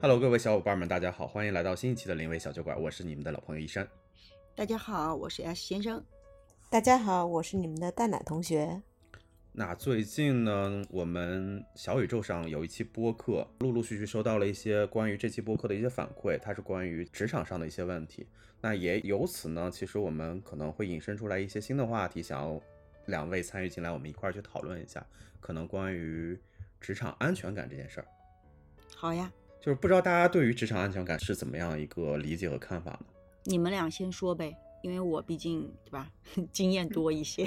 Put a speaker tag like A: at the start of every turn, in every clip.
A: Hello，各位小伙伴们，大家好，欢迎来到新一期的临危小酒馆，我是你们的老朋友一山。
B: 大家好，我是 S 先生。
C: 大家好，我是你们的蛋奶同学。
A: 那最近呢，我们小宇宙上有一期播客，陆陆续续收到了一些关于这期播客的一些反馈，它是关于职场上的一些问题。那也由此呢，其实我们可能会引申出来一些新的话题，想要两位参与进来，我们一块儿去讨论一下，可能关于职场安全感这件事儿。
B: 好呀，
A: 就是不知道大家对于职场安全感是怎么样一个理解和看法呢？
B: 你们俩先说呗，因为我毕竟对吧， 经验多一些。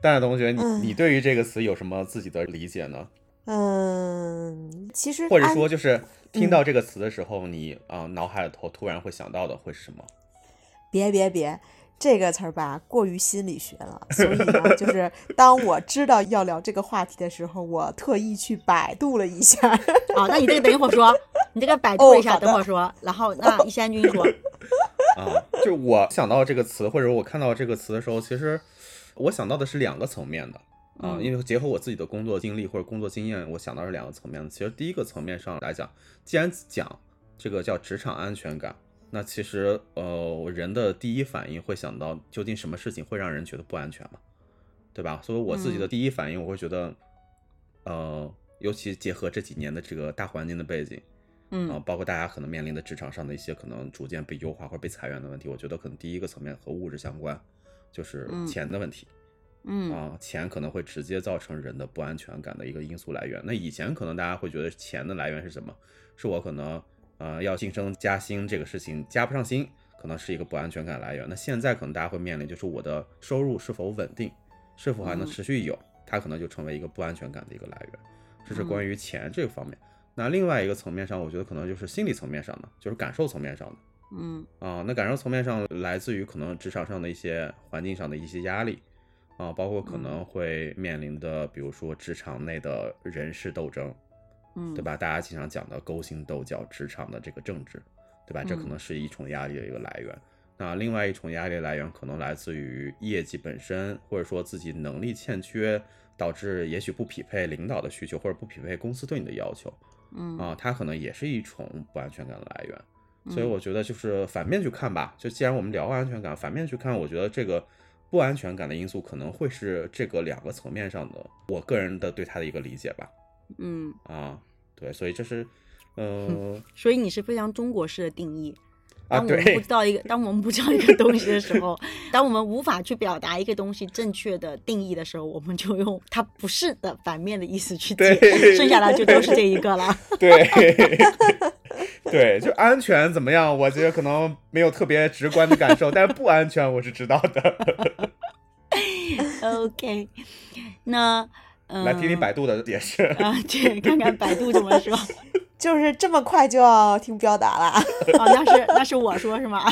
A: 蛋蛋同学，你
C: 嗯
A: 你对于这个词有什么自己的理解呢？
C: 嗯，其实
A: 或者
C: 安
A: 说，就是听到这个词的时候，你啊、脑海里头突然会想到的会是什么？
C: 别别别，这个词儿吧过于心理学 了，所以呢，就是当我知道要聊这个话题的时候，我特意去百度了一下。
B: 哦，那你这个等一会儿说，你这个百度
C: 哦
B: 一下，
C: 好的
B: 等会儿说。然后那一山君说，
A: 啊，就我想到这个词，或者我看到这个词的时候，其实我想到的是两个层面的啊，
B: 嗯
A: 因为结合我自己的工作经历或者工作经验，我想到是两个层面的。其实第一个层面上来讲，既然讲这个叫职场安全感，那其实呃，人的第一反应会想到究竟什么事情会让人觉得不安全嘛，对吧？所以我自己的
B: 嗯
A: 第一反应，我会觉得，呃，尤其结合这几年的这个大环境的背景，啊，
B: 嗯
A: 包括大家可能面临的职场上的一些可能逐渐被优化或者被裁员的问题，我觉得可能第一个层面和物质相关，就是
B: 嗯
A: 钱的问题
B: 嗯
A: 啊，钱可能会直接造成人的不安全感的一个因素来源。那以前可能大家会觉得钱的来源是什么？是我可能呃要晋升加薪这个事情加不上薪，可能是一个不安全感来源。那现在可能大家会面临就是我的收入是否稳定，是否还能
B: 嗯
A: 持续有，它可能就成为一个不安全感的一个来源。这是
B: 嗯
A: 关于钱这个方面。那另外一个层面上，我觉得可能就是心理层面上的，就是感受层面上的
B: 嗯
A: 啊。那感受层面上来自于可能职场上的一些环境上的一些压力啊，包括可
B: 嗯
A: 能会面临的，比如说职场内的人事斗争，
B: 嗯，
A: 对？吧？大家经常讲的勾心斗角，职场的这个政治，对吧？这可
B: 嗯
A: 能是一重压力的一个来源。那另外一重压力来源可能来自于业绩本身，或者说自己能力欠缺，导致也许不匹配领导的需求，或者不匹配公司对你的要求。
B: 嗯
A: 啊，它可能也是一种不安全感的来源。所以
B: 嗯
A: 我觉得就是反面去看吧，就既然我们聊安全感，反面去看，我觉得这个不安全感的因素可能会是这个两个层面上的，我个人的对它的一个理解吧。
B: 嗯，
A: 啊，对，所以这是， 呃，
B: 所以你是非常中国式的定义。
A: 啊，
B: 当我们不
A: 对
B: 知，道一个，当我们不知道一个东西的时候， 当我们无法去表达一个东西正确的定义的时候，我们就用它不是的反面的意思去解，
A: 对
B: 剩下来就都是这一个了。
A: 对，对，就安全怎么样？我觉得可能没有特别直观的感受，但是不安全我是知道 的。
B: OK，那嗯，
A: 来听听百度的解 释。
B: 啊，对，看看百度怎么说。哦，
C: 就是这么快就要听标答啦？
B: 那是那是我说是吗？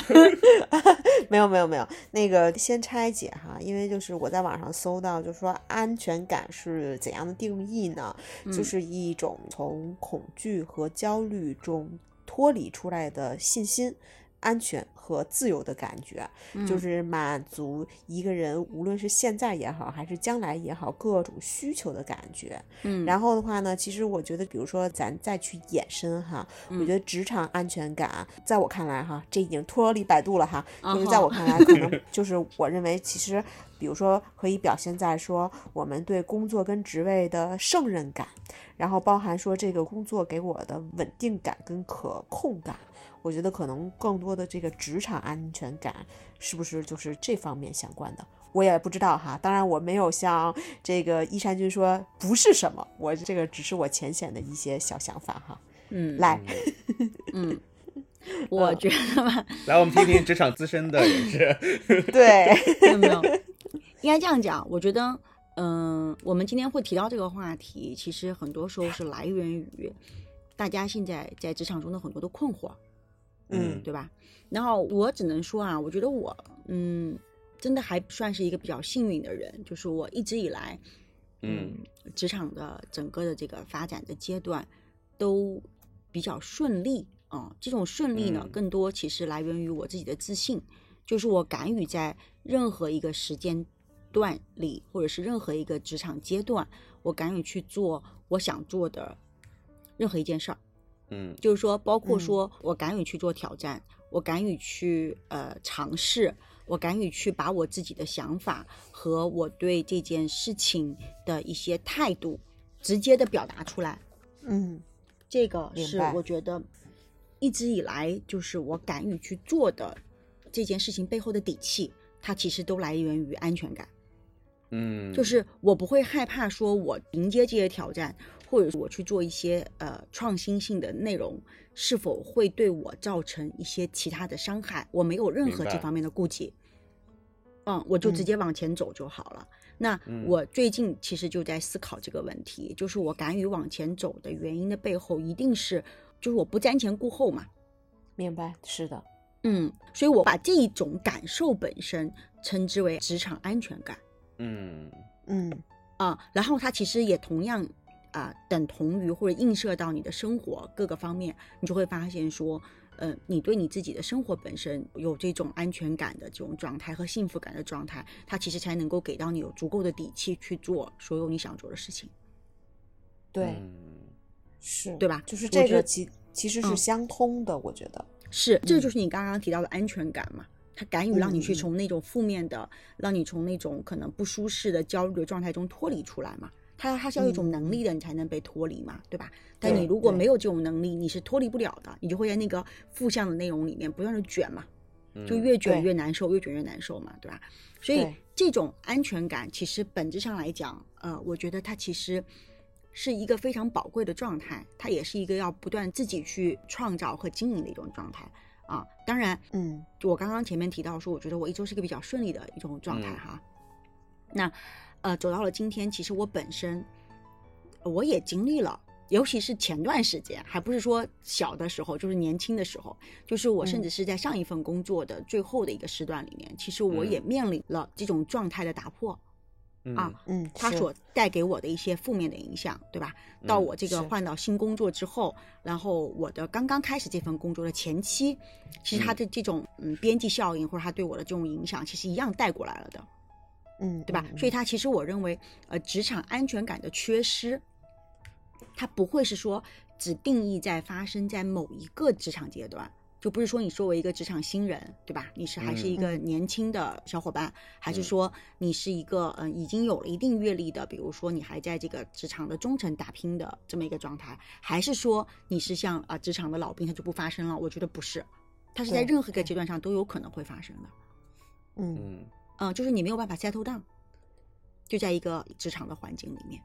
C: 没有没有没有，那个先拆解哈，因为就是我在网上搜到，就说安全感是怎样的定义呢？就
B: 嗯
C: 是一种从恐惧和焦虑中脱离出来的信心、安全和自由的感觉，就
B: 嗯
C: 是满足一个人无论是现在也好，还是将来也好各种需求的感觉。
B: 嗯，
C: 然后的话呢，其实我觉得，比如说咱再去衍生哈，我
B: 嗯
C: 觉得职场安全感，啊在我看来哈，这已经脱离百度了哈，
B: 啊
C: 就是
B: 哈
C: 在我看来，可能就是我认为，其实比如说可以表现在说我们对工作跟职位的胜任感，然后包含说这个工作给我的稳定感跟可控感。我觉得可能更多的这个职场安全感，是不是就是这方面相关的？我也不知道哈。当然，我没有像这个一山君说不是什么，我这个只是我浅显的一些小想法哈。
B: 嗯，
C: 来，嗯
B: 嗯，我觉得吧，
A: 来，我们听听职场资深的人士。
C: 对，
B: 没有没有，应该这样讲。我觉得，嗯、我们今天会提到这个话题，其实很多时候是来源于大家现在在职场中的很多的困惑，
C: 嗯
B: 对吧？然后我只能说啊，我觉得我，嗯，真的还算是一个比较幸运的人，就是我一直以来，
A: 嗯，
B: 职场的整个的这个发展的阶段都比较顺利啊、这种顺利呢
A: 嗯，
B: 更多其实来源于我自己的自信，就是我敢于在任何一个时间段里，或者是任何一个职场阶段，我敢于去做我想做的任何一件事儿。
A: 嗯
B: 就是说，包括
C: 嗯
B: 说我敢于去做挑战，我敢于去呃尝试，我敢于去把我自己的想法和我对这件事情的一些态度直接的表达出来。
C: 嗯
B: 这个
C: 明
B: 是
C: 白
B: 我觉得一直以来就是我敢于去做的这件事情背后的底气，它其实都来源于安全感。
A: 嗯，
B: 就是我不会害怕说我迎接这些挑战，或者我去做一些呃创新性的内容，是否会对我造成一些其他的伤害？我没有任
A: 明
B: 何这
A: 白
B: 方面的顾忌。嗯，我就直
C: 嗯
B: 接往前走就好了。那
A: 嗯
B: 我最近其实就在思考这个问题，就是我敢于往前走的原因的背后，一定是就是我不瞻前顾后嘛。
C: 明白，是的，
B: 嗯，所以我把这一种感受本身称之为职场安全感。
A: 嗯
C: 嗯
B: 啊，然后它其实也同样啊、等同于或者映射到你的生活各个方面，你就会发现说，呃，你对你自己的生活本身有这种安全感的这种状态和幸福感的状态，它其实才能够给到你有足够的底气去做所有你想做的事情。
C: 对，
A: 嗯
C: 是，
B: 对吧
C: 就是
B: 我
C: 这
B: 觉
C: 个
B: 得
C: 其其实是
B: 嗯
C: 相通的，我觉得，
B: 是，这
C: 嗯
B: 就是你刚刚提到的安全感嘛。它敢于让你
C: 嗯嗯
B: 去
C: 嗯
B: 从那种负面的，让你从那种可能不舒适的焦虑的状态中脱离出来嘛。它它是要有一种能力的，你才能被脱离嘛，对吧？但
C: 嗯对
B: 你如果
C: 对
B: 没有这种能力，你是脱离不了的，你就会在那个负向的内容里面不断的卷嘛，
A: 嗯
B: 就越卷
C: 对
B: 越难受，越卷越难受嘛，对吧？所以
C: 对
B: 这种安全感，其实本质上来讲，呃，我觉得它其实是一个非常宝贵的状态，它也是一个要不断自己去创造和经营的一种状态啊。当然，
C: 嗯
B: 就我刚刚前面提到说，我觉得我一周是一个比较顺利的一种状态
A: 嗯
B: 哈。那呃，走到了今天，其实我本身我也经历了。尤其是前段时间，还不是说小的时候，就是年轻的时候，就是我甚
C: 嗯
B: 至是在上一份工作的最后的一个时段里面，其实我也面临了这种状态的打破。
A: 嗯
B: 啊
C: 嗯，
B: 它
C: 是
B: 所带给我的一些负面的影响，对吧？到
A: 嗯
B: 我这个
C: 是
B: 换到新工作之后，然后我的刚刚开始这份工作的前期，其实它
A: 嗯
B: 的这种嗯边际效应或者它对我的这种影响，其实一样带过来了的，
C: 嗯，
B: 对吧？
C: 嗯
B: 所以它其实我认为，呃，职场安全感的缺失，它不会是说只定义在发生在某一个职场阶段。就不是说你作为一个职场新人，对吧？你是还是
A: 嗯
B: 一个年轻的小伙伴，还是
A: 嗯
B: 说你是一个嗯、呃已经有了一定阅历的，比如说你还在这个职场的中层打拼的这么一个状态，还是说你是像啊、呃职场的老兵，它就不发生了？我觉得不是，它是在
C: 对
B: 任何一个
C: 对
B: 阶段上都有可能会发生的。
C: 嗯
A: 嗯
B: 嗯，就是你没有办法 settle down，就在一个职场的环境里面，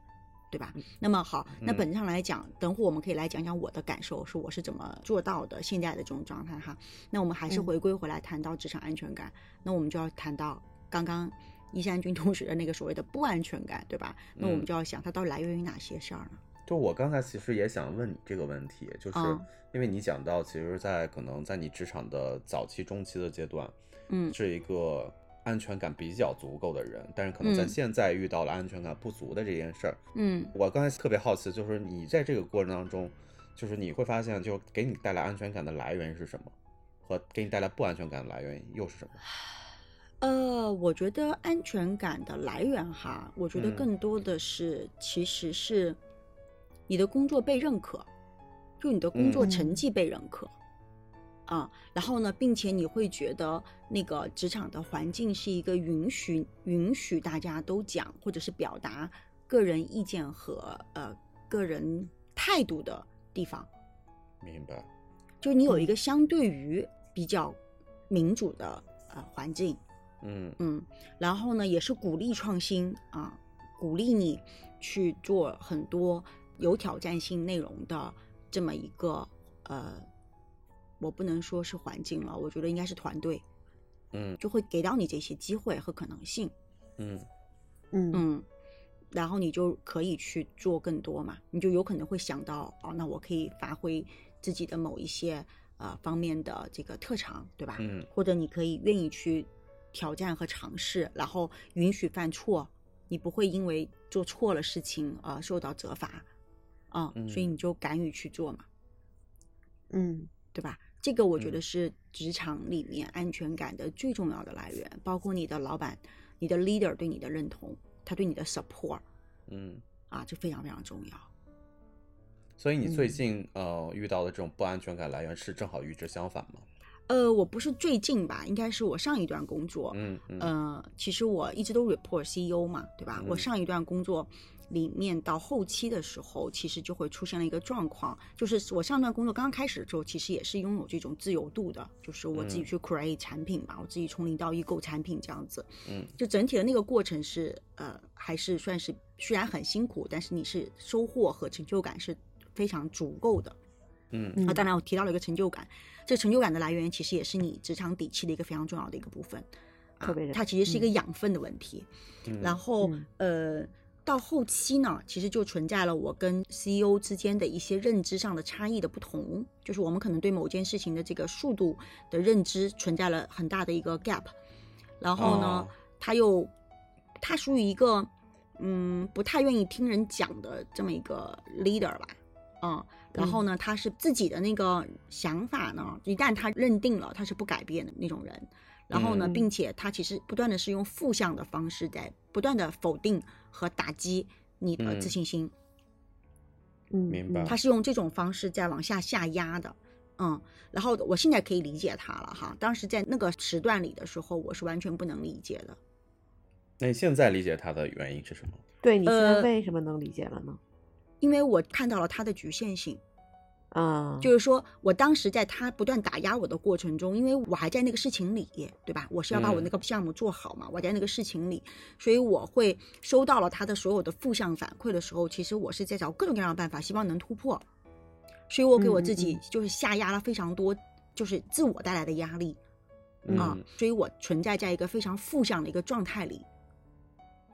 B: 对吧？那么好，那
A: 嗯
B: 本质上来讲，等会我们可以来讲讲我的感受，是我是怎么做到的现在的这种状态哈。那我们还是
C: 嗯
B: 回归回来谈到职场安全感，那我们就要谈到刚刚一山君同学的那个所谓的不安全感，对吧？那我们
A: 嗯
B: 就要想它到底来源于哪些事儿呢？
A: 就我刚才其实也想问你这个问题，就是
B: 啊
A: 因为你讲到，其实，在可能在你职场的早期、中期的阶段，
B: 嗯
A: 是一个安全感比较足够的人，但是可能在
B: 嗯
A: 现在遇到了安全感不足的这件事儿，
B: 嗯
A: 我刚才特别好奇，就是你在这个过程当中，就是你会发现，就是给你带来安全感的来源是什么，和给你带来不安全感的来源又是什么？
B: 呃，我觉得安全感的来源哈，我觉得
A: 嗯
B: 更多的是、其实是你的工作被认可，就你的工作成
C: 嗯
B: 绩被认可、啊。然后呢，并且你会觉得那个职场的环境是一个允许允许大家都讲或者是表达个人意见和呃个人态度的地方。
A: 明白，
B: 就你有一
C: 嗯
B: 个相对于比较民主的呃环境，
A: 嗯
B: 嗯，然后呢，也是鼓励创新啊，鼓励你去做很多有挑战性内容的这么一个呃，我不能说是环境了，我觉得应该是团队
A: 嗯
B: 就会给到你这些机会和可能性，
A: 嗯
C: 嗯
B: 嗯，然后你就可以去做更多嘛，你就有可能会想到哦，那我可以发挥自己的某一些呃方面的这个特长，对吧？
A: 嗯
B: 或者你可以愿意去挑战和尝试，然后允许犯错，你不会因为做错了事情而受到责罚，啊、所以
A: 嗯
B: 你就敢于去做嘛，
C: 嗯
B: 对吧？这个我
A: 嗯
B: 觉得是职场里面安全感的最重要的来源，包括你的老板、你的 leader 对你的认同，他对你的 support
A: 嗯。
B: 啊，这非常非常重要。
A: 所以你最近呃遇到的这种不安全感来源是正好与之相反吗？
B: 呃，我不是最近吧，应该是我上一段工作，
A: 嗯嗯
B: 呃，其实我一直都 report CEO 嘛，对吧？我
A: 嗯
B: 上一段工作里面到后期的时候，其实就会出现了一个状况，就是我上段工作刚刚开始的时候，其实也是拥有这种自由度的，就是我自己
A: 嗯
B: 去 create 产品嘛，我自己从零到一购产品这样子。
A: 嗯，
B: 就整体的那个过程是呃，还是算是虽然很辛苦，但是你是收获和成就感是非常足够的。
A: 嗯
C: 嗯
B: 啊，当然我提到了一个成就感，这成就感的来源其实也是你职场底气的一个非常重要的一个部分，啊
C: 特别，认
B: 它其实是一个养分的问题。
A: 嗯，
B: 然后
C: 嗯
B: 呃，到后期呢，其实就存在了我跟 CEO 之间的一些认知上的差异的不同，就是我们可能对某件事情的这个速度的认知存在了很大的一个 gap，然后呢
A: 哦，
B: 他又他属于一个嗯不太愿意听人讲的这么一个 leader 吧，嗯。然后呢，他是自己的那个想法呢，一旦他认定了，他是不改变的那种人。然后呢，
C: 嗯
B: 并且他其实不断的是用负向的方式在不断的否定和打击你的
A: 嗯
B: 自信心，
C: 嗯，
A: 明白
C: 嗯
B: 他是用这种方式在往下下压的。嗯，然后我现在可以理解他了哈。当时在那个时段里的时候，我是完全不能理解的。
A: 那你现在理解它的原因是什么？
C: 对，你现在
B: 呃
C: 为什么能理解了呢？
B: 因为我看到了他的局限性，
C: 啊，
B: 就是说我当时在他不断打压我的过程中，因为我还在那个事情里，对吧？我是要把
C: 嗯
B: 我那个项目做好嘛，我在那个事情里，所以我会收到了他的所有的负向反馈的时候，其实我是在找各种各样的办法，希望能突破。所以我给我自
C: 嗯
B: 己
C: 嗯
B: 就是下压了非常多，就是自我带来的压力啊
A: 嗯，
B: 所以我存在在一个非常负向的一个状态里。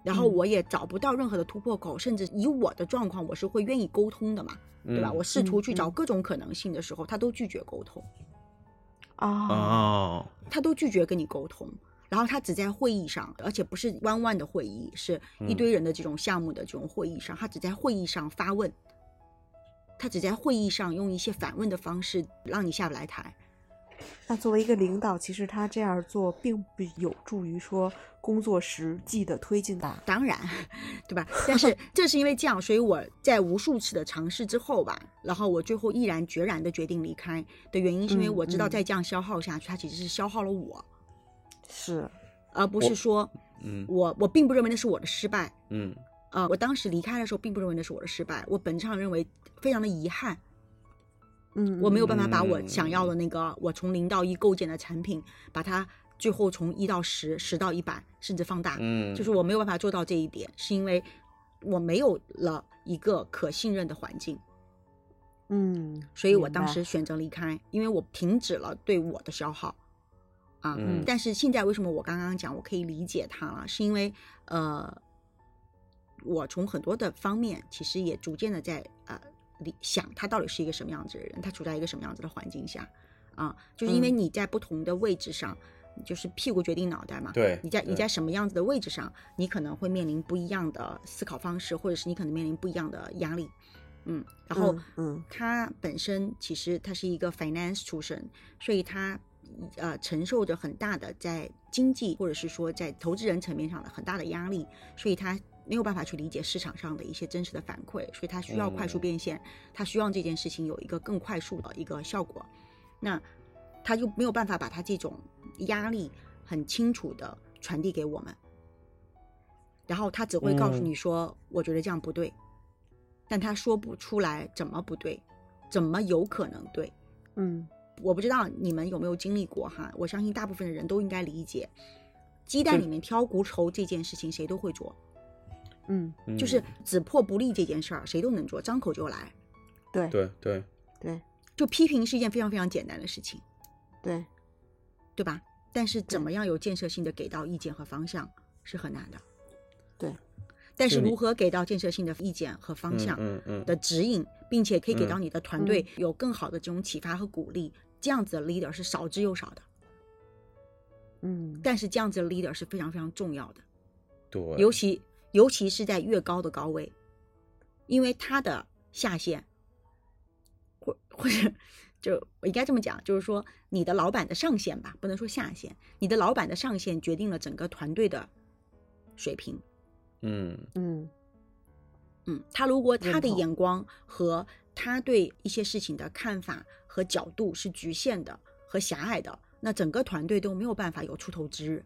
B: 然后
C: 嗯
B: 我也找不到任何的突破口，甚至以我的状况，我是会愿意沟通的嘛，对吧？
A: 嗯
B: 我试图去找
C: 嗯嗯
B: 各种可能性的时候，他都拒绝沟通，
C: 啊，
A: 哦，
B: 他都拒绝跟你沟通。然后他只在会议上，而且不是弯弯的会议，是一
A: 嗯
B: 堆人的这种项目的这种会议上，他只在会议上发问，他只在会议上用一些反问的方式让你下不来台。
C: 那作为一个领导，其实他这样做并不有助于说工作实际的推进吧？
B: 当然， 对吧？但 是正是因为这样，所以我在无数次的尝试之后吧，然后我最后毅然决然的决定离开的原因，是因为
C: 嗯
B: 我知道
C: 嗯
B: 再这样消耗下去，它其实是消耗了我，
C: 是，
B: 而不是
A: 我
B: 说
A: 嗯
B: 我我并不认为那是我的失败，
A: 嗯
B: 呃，我当时离开的时候，并不认为那是我的失败，我本质上认为非常的遗憾，
C: 嗯，
B: 我没有
C: 嗯
B: 办法把我
A: 嗯
B: 想要的那个我从零到一构建的产品，把它最后从一到十、十到一百，甚至放大，
A: 嗯，
B: 就是我没有办法做到这一点，是因为我没有了一个可信任的环境，
C: 嗯，
B: 所以我
C: 明
B: 当
C: 白
B: 时选择离开，因为我停止了对我的消耗，啊，
A: 嗯
B: 但是现在为什么我刚刚讲我可以理解他了，是因为呃，我从很多的方面其实也逐渐的在呃理想他到底是一个什么样子的人，他处在一个什么样子的环境下啊，就是因为
C: 嗯
B: 你在不同的位置上，就是屁股决定脑袋嘛，
A: 对
B: 你在
A: 对
B: 你在什么样子的位置上，你可能会面临不一样的思考方式，或者是你可能面临不一样的压力，嗯，然后
C: 嗯嗯
B: 他本身其实他是一个 finance 出身，所以他呃承受着很大的在经济或者是说在投资人层面上的很大的压力，所以他没有办法去理解市场上的一些真实的反馈，所以他需要快速
A: 嗯
B: 变现，他希望这件事情有一个更快速的一个效果，那他就没有办法把他这种压力很清楚的传递给我们，然后他只会告诉
A: 嗯
B: 你说，我觉得这样不对，但他说不出来怎么不对，怎么有可能对。
C: 嗯，
B: 我不知道你们有没有经历过哈，我相信大部分的人都应该理解，鸡蛋里面挑骨头这件事情谁都会做，
C: 嗯，
B: 就是只破不立这件事儿谁都能做，张口就来。
C: 对
A: 对对，
C: 对
B: 就批评是一件非常非常简单的事情，
C: 对，
B: 对吧？但是怎
C: 对
B: 么样有建设性的给到意见和方向是很难的。
C: 对。
B: 但是
A: 就你
B: 如何给到建设性的意见和方向，
A: 嗯嗯嗯
B: 的指引，并且可以给到
A: 嗯
B: 你的团队有更好的这种启发和鼓励。这样子的 leader 是少之又少的，
C: 嗯
B: 但是这样子的 leader 是非常非常重要的，
A: 对，
B: 尤其尤其是在越高的高位，因为他的下线，或或者就我应该这么讲，就是说你的老板的上限吧，不能说下限，你的老板的上限决定了整个团队的水平。
A: 嗯
C: 嗯
B: 嗯，他如果他
C: 认
B: 的
C: 同
B: 眼光和他对一些事情的看法和角度是局限的和狭隘的，那整个团队都没有办法有出头之日。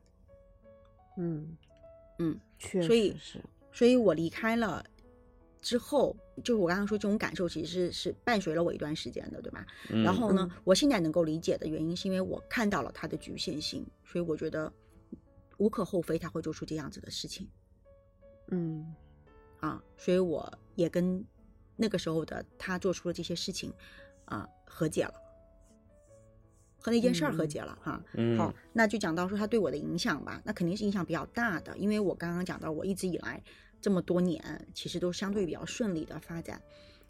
C: 嗯
B: 嗯，
C: 确
B: 所以
C: 实是，
B: 所以我离开了之后，就是我刚刚说这种感受，其实是是伴随了我一段时间的，对吧？
A: 嗯
B: 然后呢，我现在能够理解的原因是因为我看到了它的局限性，所以我觉得无可厚非他会做出这样子的事情
C: 嗯
B: 啊，所以我也跟那个时候的他做出了这些事情啊和解了，和那件事儿和
C: 嗯
B: 解了哈、
A: 嗯
C: 好
B: 那就讲到说他对我的影响吧，那肯定是影响比较大的，因为我刚刚讲到我一直以来这么多年其实都相对比较顺利的发展，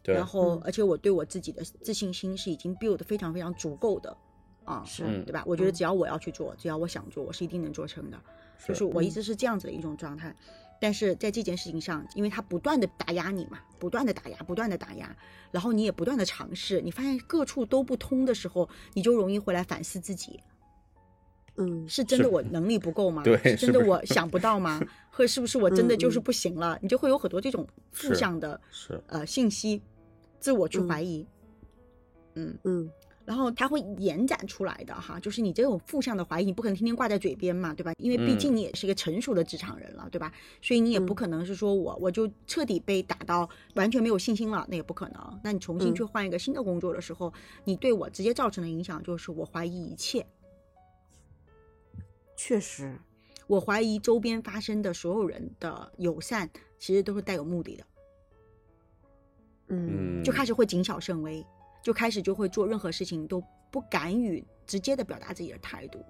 A: 对
B: 然，后
C: 嗯
B: 而且我对我自己的自信心是已经 build 得非常非常足够的啊，
C: 是，
A: 嗯
B: 对吧？我觉得
C: 嗯
B: 只要我要去做，只要我想做，我是一定能做成的。就是是我一
C: 嗯
B: 直是这样子的一种状态。但是在这件事情上，因为他不断的打压你嘛，不断的打压，不断的打压，然后你也不断的尝试，你发现各处都不通的时候，你就容易回来反思自己，
C: 嗯
B: 是真
A: 是
B: 的我能力不够吗？
A: 对
B: 是
A: 是
B: 真的
A: 不是
B: 我想不到吗？或者是不是我真的就是
C: 嗯嗯
B: 不行了？你就会有很多这种负
A: 是
B: 向的
A: 是
B: 呃信息，自我去
C: 嗯
B: 怀疑，嗯
C: 嗯
B: 然后它会延展出来的哈，就是你这种负向的怀疑，你不可能天天挂在嘴边嘛，对吧？因为毕竟
A: 嗯
B: 你也是一个成熟的职场人了，对吧？所以你也不
C: 嗯
B: 可能是说我我就彻底被打到完全没有信心了，那也不可能。那你重新
C: 嗯
B: 去换一个新的工作的时候，你对我直接造成的影响就是我怀疑一切，
C: 确实，
B: 我怀疑周边发生的所有人的友善，其实都是带有目的的。
C: 嗯
A: 嗯，
B: 就开始会谨小慎微，就开始就会做任何事情都不敢于直接的表达自己的态度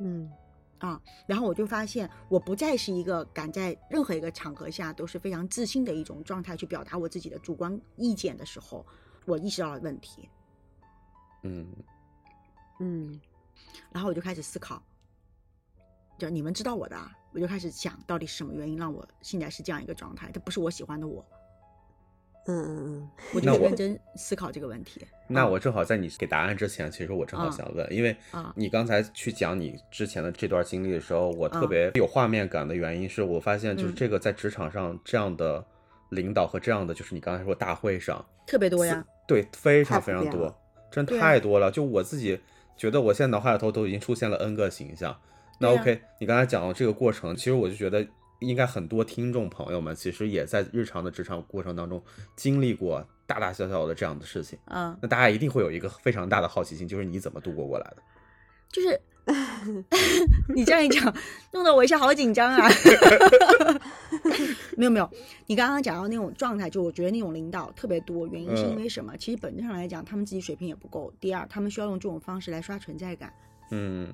C: 嗯
B: 啊。然后我就发现，我不再是一个敢在任何一个场合下都是非常自信的一种状态去表达我自己的主观意见的时候，我意识到了问题，
A: 嗯
C: 嗯
B: 然后我就开始思考，就你们知道我的、啊，我就开始想到底是什么原因让我现在是这样一个状态，这不是我喜欢的我，
C: 嗯嗯
B: 我就
A: 那
B: 去
A: 我
B: 认真思考这个问题。
A: 那
B: 啊
A: 我正好在你给答案之前，其实我正好
B: 啊
C: 嗯
A: 想问，因为
B: 啊
A: 你刚才去讲你之前的这段经历的时候，我特
C: 嗯
B: 啊
A: 别有画面感的原因是我发现，就是
B: 嗯
A: 这个在职场上这样的领导和这样的，就是你刚才说大会上，
B: 特别 多呀，
A: 对，非
C: 太
A: 常
C: 普
A: 非常
C: 遍
A: 多
C: 了，
A: 真
B: 对啊
A: 太多了。就我自己觉得，我现在脑海里头都已经出现了 N 个形象。那
B: 对啊
A: OK，、你刚才讲的这个过程，其实我就觉得应该很多听众朋友们其实也在日常的职场过程当中经历过大大小小的这样的事情。
B: 啊，
A: 那大家一定会有一个非常大的好奇心，就是你怎么度过过来的？
B: 就是 你这样一讲，弄得我一下好紧 张啊。没有没有，你刚刚讲到那种状态，就我觉得那种领导特别多，原因是因
A: 嗯
B: 为什么？其实本质上来讲，他们自己水平也不够。第二，他们需要用这种方式来刷存在感，
A: 嗯，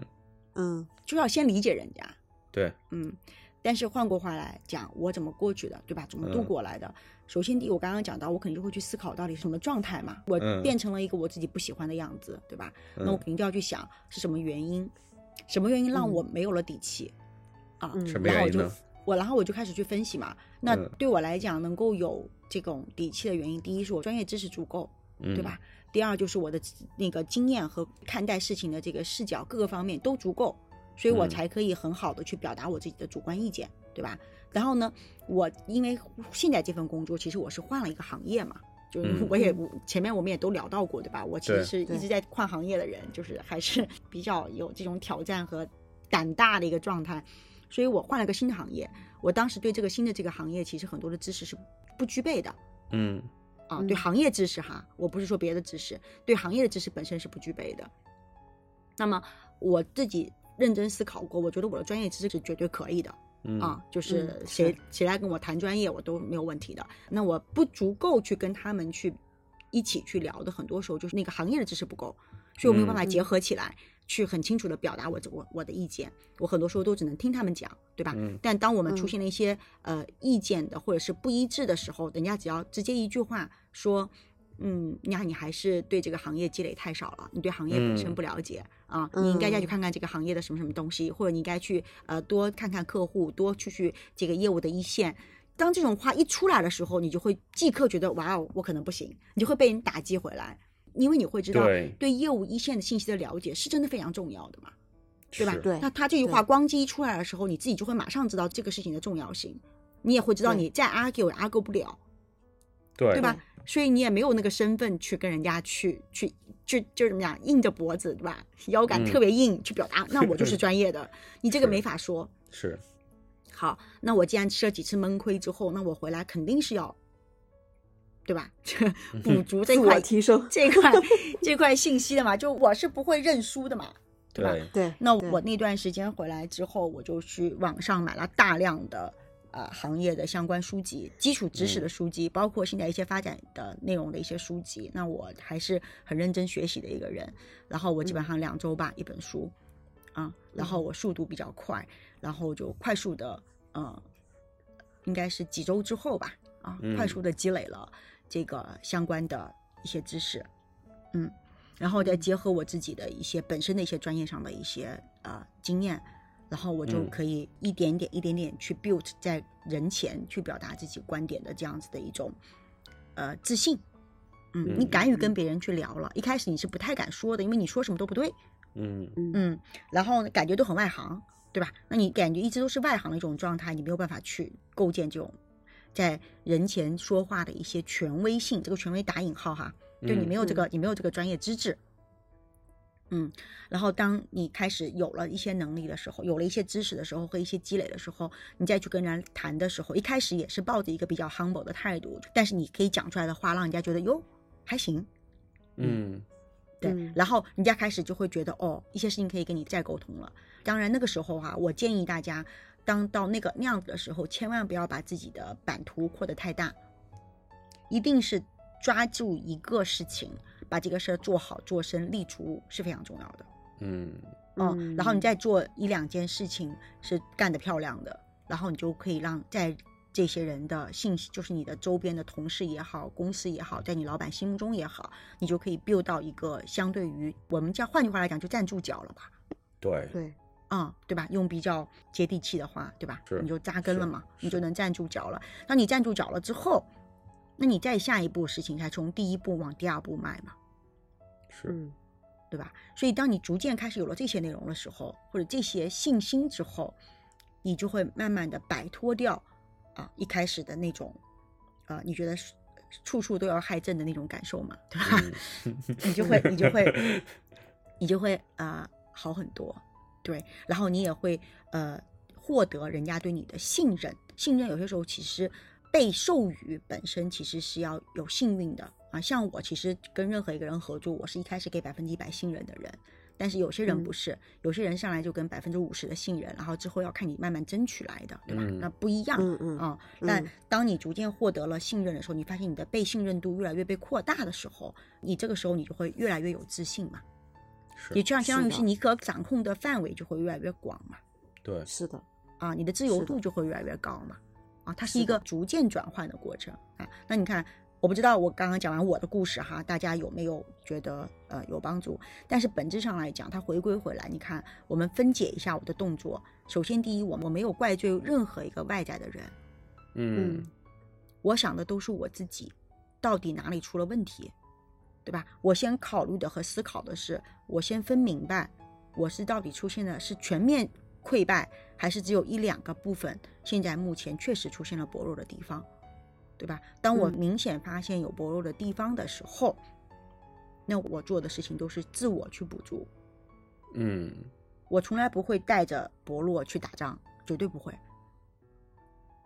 C: 嗯
B: 就要先理解人家。
A: 对，
B: 嗯，但是换过话来讲，我怎么过去的，对吧？怎么度
A: 嗯
B: 过来的？首先，第一，我刚刚讲到，我肯定就会去思考到底是什么状态嘛，我
A: 嗯
B: 变成了一个我自己不喜欢的样子，对吧？那
A: 嗯
B: 我肯定就要去想是什么原因，什么原因让
C: 嗯
B: 我没有了底气、啊？
C: 嗯
A: 什么
B: 然
A: 原
B: 后我
A: 因
B: 就
A: 呢？
B: 我然后我就开始去分析嘛。那
A: 嗯
B: 对我来讲，能够有这种底气的原因，第一是我专业知识足够，
A: 嗯，
B: 对吧？？第二就是我的那个经验和看待事情的这个视角各个方面都足够，所以我
A: 嗯
B: 才可以很好的去表达我自己的主观意见，对吧？然后呢，我因为现在这份工作，其实我是换了一个行业嘛。就是
A: 嗯
B: 我也、前面我们也都聊到过，对吧？我其实
A: 对
B: 是一
C: 对
B: 直在换行业的人，就是 还是比较有这种挑战和胆大的一个状态，所以我换了个新的行业。我当时对这个新的这个行业，其实很多的知识是不具备的，
A: 嗯
B: 啊，
C: 嗯
B: 对行业知识哈，我不是说别的知识，对行业的知识本身是不具备的。那么我自己认真思考过，我觉得我的专业知识是绝对可以的
A: 嗯
B: 啊，就是
C: 嗯
B: 谁
C: 是
B: 谁来跟我谈专业，我都没有问题的。那我不足够去跟他们去一起去聊的，很多时候就是那个行业的知识不够，所以我没有办法
C: 嗯
B: 结合起来。去很清楚的表达我我我的意见，我很多时候都只能听他们讲，对吧？
A: 嗯
B: 但当我们出
C: 嗯
B: 现了一些、呃意见的或者是不一致的时候，人家只要直接一句话说，嗯，呀，你还是对这个行业积累太少了，你对行业本身
A: 嗯
B: 不了解、啊，你应该再去
C: 嗯
B: 看看这个行业的什么什么东西，或者你应该去呃多看看客户，多去去这个业务的一线。当这种话一出来的时候，你就会即刻觉得哇哦，我可能不行，你就会被人打击回来，因为你会知道
A: 对
B: 对业务一线的信息的了解是真的非常重要的嘛。对吧
A: 是
C: 对
B: 那他这句
C: 对
B: 话咣叽一出来的时候，你自己就会马上知道这个事情的重要性，你也会知道
C: 对
B: 你再 argue 也 argue 不了，
A: 对
C: 嗯
B: 对吧？所以你也没有那个身份去跟人家去去就就怎么讲，硬着脖子对吧？腰
A: 嗯
B: 杆特别硬、去表达，那我就是专业的，你这个
A: 是
B: 没法说。
A: 是，
B: 好，那我既然吃了几次闷亏之后，那我回来肯定是要，对吧？
A: 嗯
B: 补足这
C: 自
B: 块
C: 我提升，
B: 这块这块信息的嘛，就我是不会认输的嘛，对吧？
A: 对，
C: 对，
B: 那
C: 对
B: 我那段时间回来之后，我就去网上买了大量的啊、呃行业的相关书籍、基础知识的书籍，包括现在一些发展的内容的一些书籍。那我还是很认真学习的一个人，然后我基本上两周吧、一本书，啊，然后我速度比较快，然后就快速的呃，应该是几周之后吧，啊，
A: 嗯
B: 快速的积累了这个相关的一些知识，嗯，然后再结合我自己的一些本身的一些专业上的一些呃经验，然后我就
A: 嗯
B: 可以一点点一点点去 build 在人前去表达自己观点的这样子的一种呃自信。嗯，你
A: 嗯
B: 敢于
C: 嗯
B: 跟别人去聊了，一开始你是不太敢说的，因为你说什么都不对。
A: 嗯
B: 嗯，然后呢感觉都很外行，对吧？那你感觉一直都是外行的一种状态，你没有办法去构建这种在人前说话的一些权威性，这个权威打引号哈，就你
A: 嗯
B: 没有这个，你没有这个专业资质。嗯，然后当你开始有了一些能力的时候，有了一些知识的时候和一些积累的时候，你再去跟人家谈的时候，一开始也是抱着一个比较 humble 的态度，但是你可以讲出来的话，让人家觉得哟还行，
A: 嗯
B: 对，
C: 嗯
B: 然后人家开始就会觉得哦，一些事情可以跟你再沟通了。当然那个时候哈、啊我建议大家，当到那个那样子的时候，千万不要把自己的版图扩得太大，一定是抓住一个事情，把这个事儿做好做深，立足是非常重要的。
A: 嗯
B: 嗯，然后你
C: 再
B: 再做一两件事情是干得漂亮的，然后你就可以让在这些人的信息，就是你的周边的同事也好，公司也好，在你老板心目中也好，你就可以 build 到一个相对于我们叫换句话来讲，就站住脚了吧，
A: 对，
C: 对，
B: 啊、对吧？用比较接地气的话，对吧？
A: 是
B: 你就扎根了
A: 是
B: 嘛，你
A: 是
B: 就能站住脚了。那你站住脚了之后，那你再下一步事情才从第一步往第二步迈嘛。
A: 是，
C: 嗯
B: 对吧？所以当你逐渐开始有了这些内容的时候，或者这些信心之后，你就会慢慢的摆脱掉啊一开始的那种啊你觉得是处处都要害朕的那种感受嘛，对吧？ 你就会你就会你就会啊、呃好很多，对，然后你也会呃获得人家对你的信任，信任有些时候其实被授予本身其实是要有幸运的啊，像我其实跟任何一个人合作，我是一开始给百分之一百信任的人。但是有些人不
C: 嗯
B: 是，有些人上来就跟百分之五十的信任，然后之后要看你慢慢争取来的，对吧？
A: 嗯
B: 那不一样，
C: 嗯嗯
B: 啊、但
C: 嗯
B: 当你逐渐获得了信任的时候，你发现你的被信任度越来越被扩大的时候，你这个时候你就会越来越有自信嘛，也
A: 是，
B: 就像相
C: 是
B: 当于
C: 的
B: 是你可掌控的范围就会越来越广嘛，
A: 对，
C: 是的，
B: 啊，你的自由
C: 是的
B: 度就会越来越高嘛，啊，它是
C: 是
B: 一个
C: 的
B: 逐渐转换的过程啊。那你看，我不知道我刚刚讲完我的故事哈，大家有没有觉得呃有帮助？但是本质上来讲，它回归回来，你看我们分解一下我的动作，首先第一，我我没有怪罪任何一个外在的人。
A: 嗯
B: 我想的都是我自己，到底哪里出了问题，对吧？我先考虑的和思考的是，我先分明白，我是到底出现的是全面溃败，还是只有一两个部分？现在目前确实出现了薄弱的地方，对吧？当我
C: 嗯
B: 明显发现有薄弱的地方的时候，那我做的事情都是自我去补足，
A: 嗯
B: 我从来不会带着薄弱去打仗，绝对不会。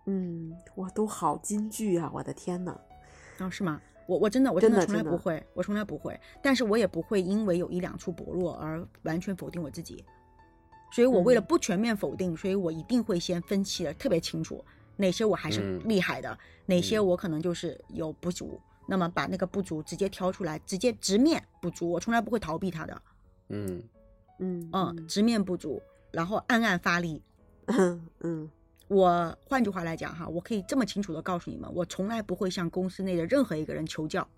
C: 嗯，哇，都好金句啊！我的天呐，
B: 啊，是吗？我我真的我
C: 真
B: 的
C: 的
B: 从来
C: 真
B: 不
C: 的
B: 会，我从来不会，但是我也不会因为有一两处薄弱而完全否定我自己，所以我为了
C: 嗯
B: 不全面否定，所以我一定会先分析的特别清楚，哪些我还是
A: 嗯
B: 厉害的，哪些
A: 嗯
B: 我可能就是有不足，那么把那个不足直接挑出来，直接直面不足，我从来不会逃避它的，
A: 嗯
C: 嗯
B: 嗯，直面不足，然后暗暗发力。
C: 嗯 嗯
B: 我换句话来讲哈，我可以这么清楚的告诉你们，我从来不会向公司内的任何一个人求教，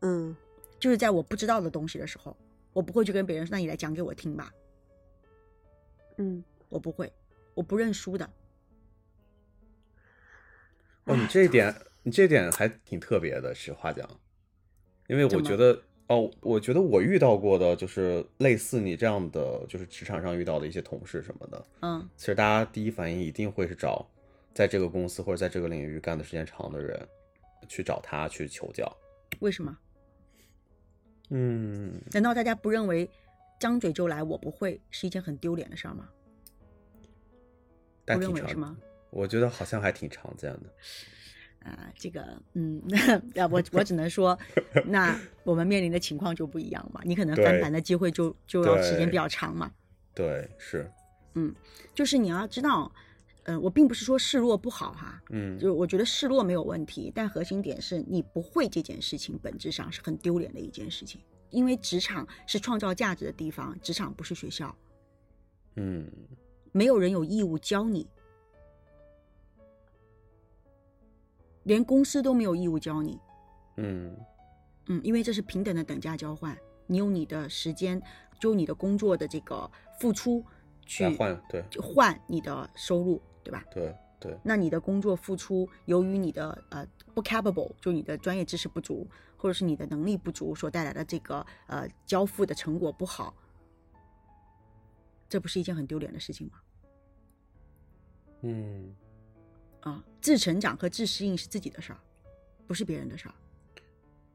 C: 嗯
B: 就是在我不知道的东西的时候，我不会去跟别人说：“那你来讲给我听吧。
C: 嗯，”
B: 我不会，我不认输的。
A: 哦，
C: 嗯啊
A: 你这一点，你这一点还挺特别的，实话讲，因为
B: 怎
A: 我
B: 么
A: 觉得，哦，我觉得我遇到过的就是类似你这样的，就是职场上遇到的一些同事什么的，
B: 嗯
A: 其实大家第一反应一定会是找在这个公司或者在这个领域干的时间长的人，去找他去求教。
B: 为什么？
A: 嗯，
B: 难道大家不认为张嘴就来我不会是一件很丢脸的事儿吗？
A: 但
B: 不认
A: 挺
B: 为
A: 常
B: 是吗？
A: 我觉得好像还挺常见的。
B: 啊、这个，嗯， 啊，我我只能说，那我们面临的情况就不一样嘛。你可能翻
A: 对
B: 盘的机会就就要时间
A: 对
B: 比较长嘛。
A: 对，是，
B: 就是你要知道，呃，我并不是说示弱不好哈、
A: 嗯，
B: 就我觉得示弱没有问题，但核心点是你不会这件事情，本质上是很丢脸的一件事情。因为职场是创造价值的地方，职场不是学校，
A: 嗯，
B: 没有人有义务教你，连公司都没有义务教你。
A: 嗯，
B: 嗯，因为这是平等的等价交换，你用你的时间，就你的工作的这个付出去
A: 来换，对，
B: 就换你的收入，对吧？
A: 对，对，
B: 那你的工作付出，由于你的呃不 capable，就你的专业知识不足，或者是你的能力不足所带来的这个呃交付的成果不好，这不是一件很丢脸的事情吗？
A: 嗯，
B: 啊，自成长和自适应是自己的事儿，不是别人的事儿。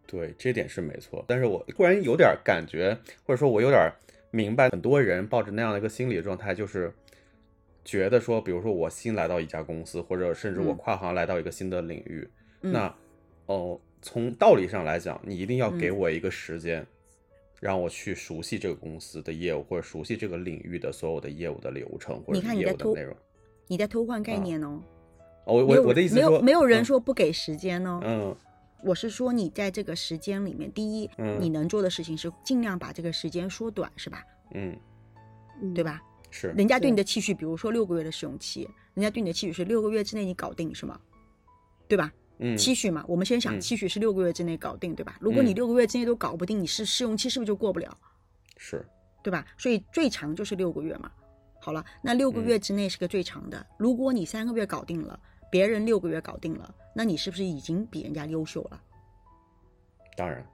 A: 对，这点是没错。但是我突然有点儿感觉，或者说我有点儿明白，很多人抱着那样的一个心理状态，就是觉得说，比如说我新来到一家公司，或者甚至我
B: 嗯
A: 跨行来到一个新的领域，
B: 嗯
A: 那哦、从道理上来讲，你一定要给
B: 嗯
A: 我一个时间。让我去熟悉这个公司的业务，或者熟悉这个领域的所有的业务的流程，或
B: 你
A: 者是
B: 看你
A: 业
B: 在
A: 务的
B: 偷
A: 内容。
B: 你在偷换概
A: 啊
B: 念哦，
A: 哦，我
B: 没有
A: 我我的意思
B: 没
A: 是
B: 有
A: 说，
B: 没有人
A: 嗯，
B: 说不给时间哦，
A: 嗯
B: 我是说你在这个时间里面，第一，
A: 嗯
B: 你能做的事情是尽量把这个时间缩短，是吧？
A: 嗯，
B: 对吧？
A: 是，
B: 人家对你的期许，比如说六个月的试用期，人家对你的期许是六个月之内你搞定，是吗？对吧？
A: 嗯，
B: 期许嘛，我们先想
A: 嗯
B: 期许是六个月之内搞定，对吧？如果你
A: 嗯
B: 六个月之内都搞不定，你是试用期是不是就过不了，
A: 是，
B: 对吧？所以最长就是六个月嘛。好了，那六个月之内是个最长
A: 嗯
B: 的。如果你三个月搞定了，别人六个月搞定了，那你是不是已经比人家优秀了？
A: 当然，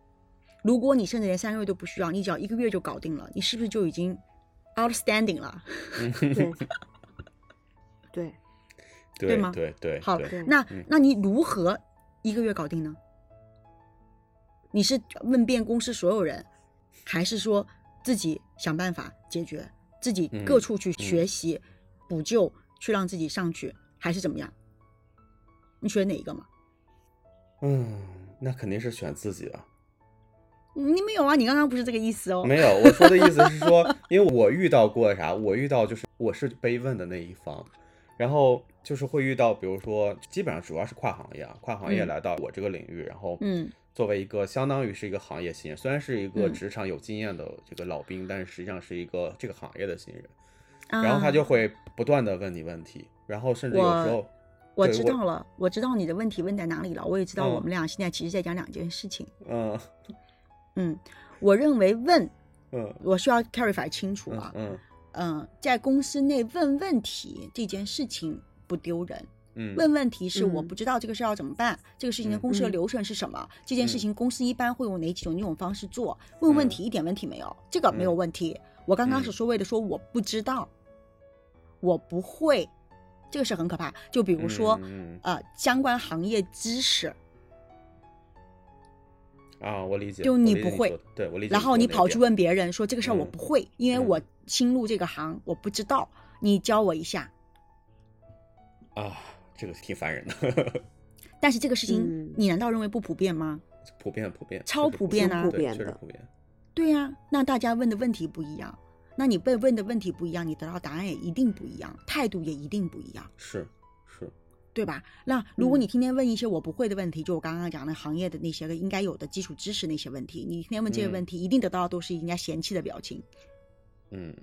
B: 如果你甚至连三个月都不需要，你只要一个月就搞定了，你是不是就已经 outstanding 了？
C: 对对，
A: 对
B: 吗
A: 对对，
B: 好
A: 对
C: 对
B: 那
A: 嗯
B: 那你如何一个月搞定呢？你是问遍公司所有人，还是说自己想办法解决，自己各
A: 嗯
B: 处去学习、补救，去让自己上去，还是怎么样？你选哪一个嘛？
A: 嗯，那肯定是选自己啊。
B: 你没有啊？你刚刚不是这个意思哦。
A: 没有，我说的意思是说，因为我遇到过啥，我遇到就是我是被问的那一方，然后就是会遇到，比如说，基本上主要是跨行业啊，跨行业
B: 嗯
A: 来到我这个领域，然后
B: 嗯，
A: 作为一个相当于是一个行业新人，虽然是一个
B: 嗯
A: 职场有经验的这个老兵，但是实际上是一个这个行业的新人，
B: 啊
A: 然后他就会不断的问你问题，然后甚至有
B: 我
A: 时候，
B: 我
A: 对
B: 知
A: 我
B: 道了，我知道你的问题问在哪里了，我也知道
A: 嗯
B: 我们俩现在其实在讲两件事情。
A: 嗯
B: 嗯，我认为问，
A: 嗯
B: 我需要 clarify 清楚啊
A: 嗯。嗯
B: 嗯，在公司内问问题这件事情不丢人。
A: 嗯，
B: 问问题是我
C: 嗯
B: 不知道这个事儿要怎么办，这个事情的公司的
C: 嗯
B: 流程是什么，这件事
A: 嗯
B: 情公司一般会用哪几种那种方式做？问问
A: 嗯
B: 题一点问题没有，这个没有
A: 嗯
B: 问题。我刚刚
A: 嗯
B: 所说谓的说我不知道，我不会，这个事儿很可怕。就比如说，
A: 嗯嗯
B: 呃，相关行业知识，
A: 啊，我理解，
B: 就
A: 我
B: 你
A: 理解
B: 不
A: 你
B: 会
A: 说的，对我理解。
B: 然后你跑去，问别人说这个事儿我
A: 嗯
B: 不会，因为
A: 嗯
B: 我新入这个行，我不知道，你教我一下。
A: 啊，这个挺烦人的，
B: 但是这个事情
C: 嗯，
B: 你难道认为不普遍吗？
A: 普遍普遍，
B: 超
A: 确实
B: 普遍啊
A: 对
C: 普遍
A: 确实
C: 的
A: 普遍。
B: 对呀、那大家问的问题不一样，那你被问的问题不一样，你得到答案也一定不一样，态度也一定不一样，
A: 是是，
B: 对吧？那如果你
C: 嗯
B: 天天问一些我不会的问题，就我刚刚讲的行业的那些个应该有的基础知识那些问题，你天天问这些
A: 嗯
B: 问题，一定得到的都是人家嫌弃的表情。
A: 嗯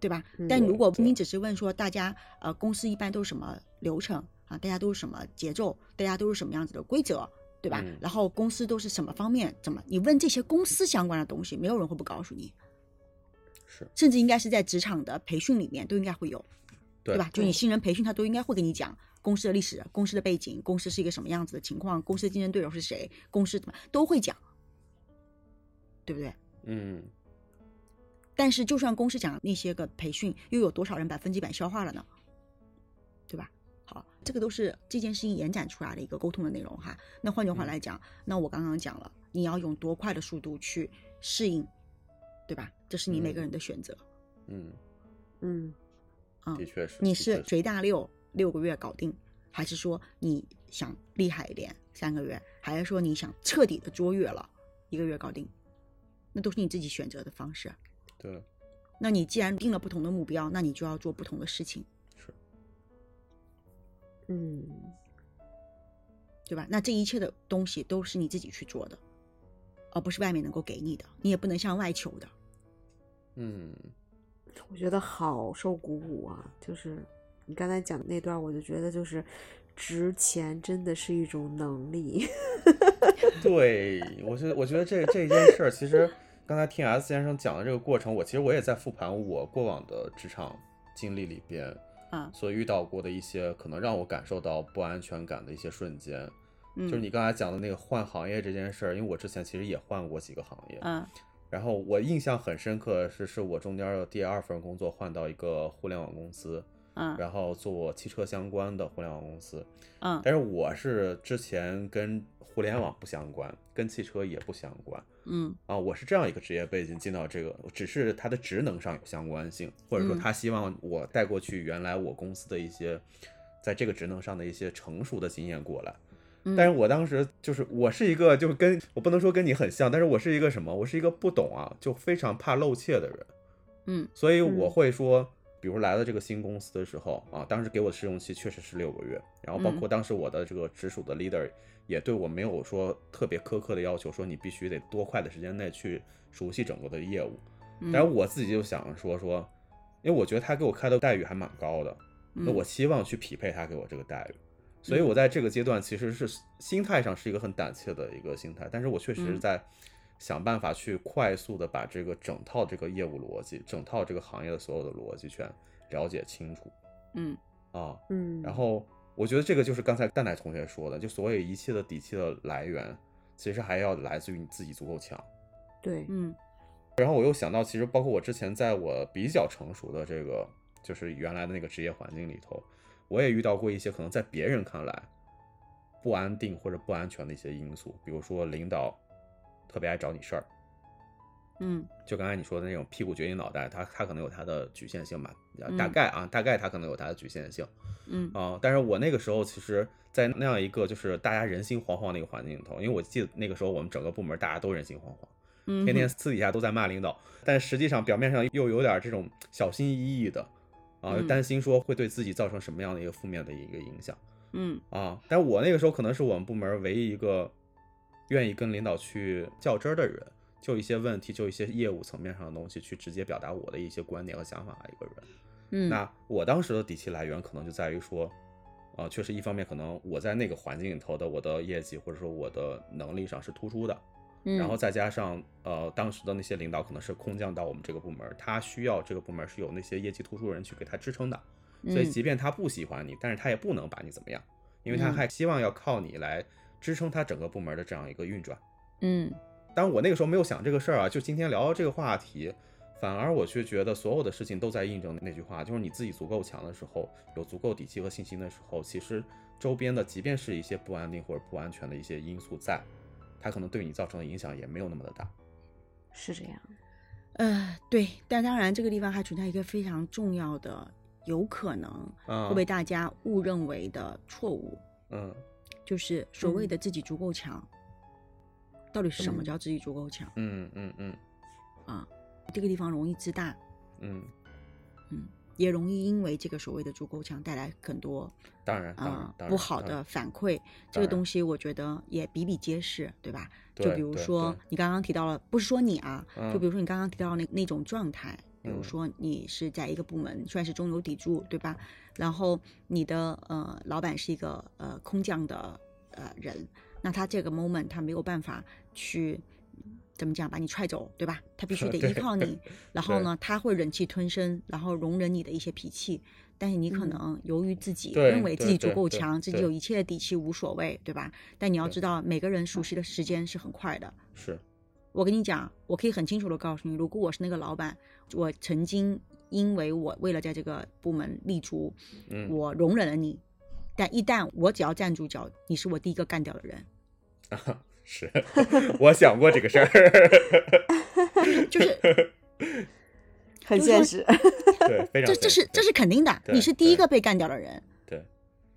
B: 对吧？
C: 嗯
B: 但如果
A: 对
B: 你只是问说大家呃公司一般都是什么流程啊，大家都是什么节奏，大家都是什么样子的规则，对吧？
A: 嗯
B: 然后公司都是什么方面怎么？你问这些公司相关的东西，没有人会不告诉你，
A: 是，
B: 甚至应该是在职场的培训里面都应该会有，
A: 对
B: 吧？就你
C: 对
B: 新人培训，他都应该会给你讲。公司的历史、公司的背景、公司是一个什么样子的情况、公司的竞争对手是谁、公司怎么都会讲，对不对？
A: 嗯
B: 但是就算公司讲那些个培训，又有多少人百分之百消化了呢？对吧？好，这个都是这件事情延展出来的一个沟通的内容哈。那换句话来讲，那我刚刚讲了，你要用多快的速度去适应，对吧？这是你每个人的选择。
A: 嗯，
C: 嗯
B: 嗯
A: 的确是。
B: 你
A: 的
B: 是
A: 确
B: 随大溜六个月搞定，还是说你想厉害一点三个月，还是说你想彻底的卓越了一个月搞定？那都是你自己选择的方式。
A: 对，
B: 那你既然定了不同的目标，那你就要做不同的事情，
A: 是
C: 嗯
B: 对吧？那这一切的东西都是你自己去做的，而不是外面能够给你的，你也不能向外求的。
A: 嗯，
C: 我觉得好受鼓舞啊！就是你刚才讲那段，我就觉得就是值钱真的是一种能力。
A: 对，我觉得我觉得这这件事儿，其实刚才听 S 先生讲的这个过程，我其实我也在复盘我过往的职场经历里边
B: 啊
A: 所遇到过的一些可能让我感受到不安全感的一些瞬间，
B: 嗯，
A: 就是你刚才讲的那个换行业这件事儿，因为我之前其实也换过几个行业，
B: 啊，
A: 然后我印象很深刻的是，是我中间的第二份工作换到一个互联网公司，
B: 嗯嗯
A: 然后做汽车相关的互联网公司，
B: 嗯
A: 但是我是之前跟互联网不相关，跟汽车也不相关
B: 嗯
A: 啊，我是这样一个职业背景进到这个，只是它的职能上有相关性，或者说
B: 嗯
A: 他希望我带过去原来我公司的一些在这个职能上的一些成熟的经验过来。
B: 嗯
A: 但是我当时就是我是一个就跟我不能说跟你很像，但是我是一个什么？我是一个不懂啊，就非常怕露怯的人。
B: 嗯
A: 所以我
C: 嗯
A: 会说，比如来到这个新公司的时候啊，当时给我的试用期确实是六个月，然后包括当时我的这个直属的 leader 也对我没有说特别苛刻的要求，说你必须得多快的时间内去熟悉整个的业务。
B: 嗯，
A: 但是我自己就想说说，因为我觉得他给我开的待遇还蛮高的，那
B: 嗯
A: 我希望去匹配他给我这个待遇。所以我在这个阶段其实是心态上是一个很胆怯的一个心态，但是我确实是
B: 嗯
A: 在想办法去快速的把这个整套这个业务逻辑、整套这个行业的所有的逻辑全了解清楚
B: 嗯
A: 啊。
C: 嗯，
A: 然后我觉得这个就是刚才蛋奶同学说的，就所有一切的底气的来源，其实还要来自于你自己足够强。
C: 对，
B: 嗯
A: 然后我又想到，其实包括我之前在我比较成熟的这个，就是原来的那个职业环境里头，我也遇到过一些可能在别人看来不安定或者不安全的一些因素，比如说领导特别爱找你事儿，
B: 嗯
A: 就刚才你说的那种屁股决定脑袋，他他可能有他的局限性吧，
B: 嗯
A: 大概啊，大概他可能有他的局限性。
B: 嗯
A: 啊、但是我那个时候其实，在那样一个就是大家人心惶惶的一个环境里头，因为我记得那个时候我们整个部门大家都人心惶惶，
B: 嗯，
A: 天天私底下都在骂领导，但实际上表面上又有点这种小心翼翼的啊，
B: 嗯
A: 担心说会对自己造成什么样的一个负面的一个影响
B: 嗯
A: 啊。但我那个时候可能是我们部门唯一一个愿意跟领导去较真儿的人，就一些问题，就一些业务层面上的东西去直接表达我的一些观点和想法的一个人。
B: 嗯
A: 那我当时的底气来源可能就在于说，啊、确实一方面可能我在那个环境里头的我的业绩或者说我的能力上是突出的，
B: 嗯
A: 然后再加上呃当时的那些领导可能是空降到我们这个部门，他需要这个部门是有那些业绩突出人去给他支撑的，所以
B: 嗯
A: 即便他不喜欢你，但是他也不能把你怎么样，因为他
B: 嗯
A: 还希望要靠你来支撑他整个部门的这样一个运转。
B: 嗯
A: 但我那个时候没有想这个事儿啊，就今天聊到这个话题，反而我却觉得所有的事情都在印证那句话，就是你自己足够强的时候，有足够底气和信心的时候，其实周边的即便是一些不安定或者不安全的一些因素在，它可能对你造成的影响也没有那么的大。
C: 是这样。
B: 呃，对，但当然这个地方还存在一个非常重要的，有可能
A: 嗯
B: 会被大家误认为的错误，
A: 嗯
B: 就是所谓
C: 嗯
B: 的自己足够强。到底是什么
C: 嗯
B: 叫自己足够强？
A: 嗯嗯嗯
B: 啊，这个地方容易自大，
A: 嗯，
B: 也容易因为这个所谓的足够强带来很多
A: 当呃然当然
B: 啊、
A: 当然
B: 不好
A: 当然
B: 的反馈。这
A: 当
B: 个
A: 然
B: 东西我觉得也比比皆是，对吧？就
A: 对
B: 比如
A: 对
B: 说
A: 对
B: 你刚刚提到了，不是说你啊，就
A: 嗯
B: 比如说你刚刚提到的那那种状态，比如
A: 嗯
B: 说你是在一个部门算是中流砥柱，对吧？然后你的呃老板是一个呃空降的呃人，那他这个 moment 他没有办法去。怎么讲？把你踹走，对吧？他必 须得
A: 对
B: 依靠你， 然后
A: 对
B: 呢，他会忍气吞声，然后容忍你的一些脾气，但是你可
C: 嗯
B: 能由于自己
A: 对
B: 认为自
A: 对
B: 己足
A: 对
B: 够
A: 对
B: 强，自己
A: 对
B: 有一切的底气无所谓，对吧？但你要
A: 对嗯
B: 知道，每个人熟悉的时间是很快的。
A: 是
B: 我跟你讲，我可以很清楚的告诉你，如果我是那个老板，我曾经因为我为了在这个部门立足，
A: 嗯
B: 我容忍了你，但一旦我只要站住脚，你是我第一个干掉的人。
A: 啊，是 我想过这个事儿，
B: 就是
C: 很现实。
A: 对，非常
B: 这这是这是肯定的，
A: 对
B: 你是第一个被干掉的人。
A: 对，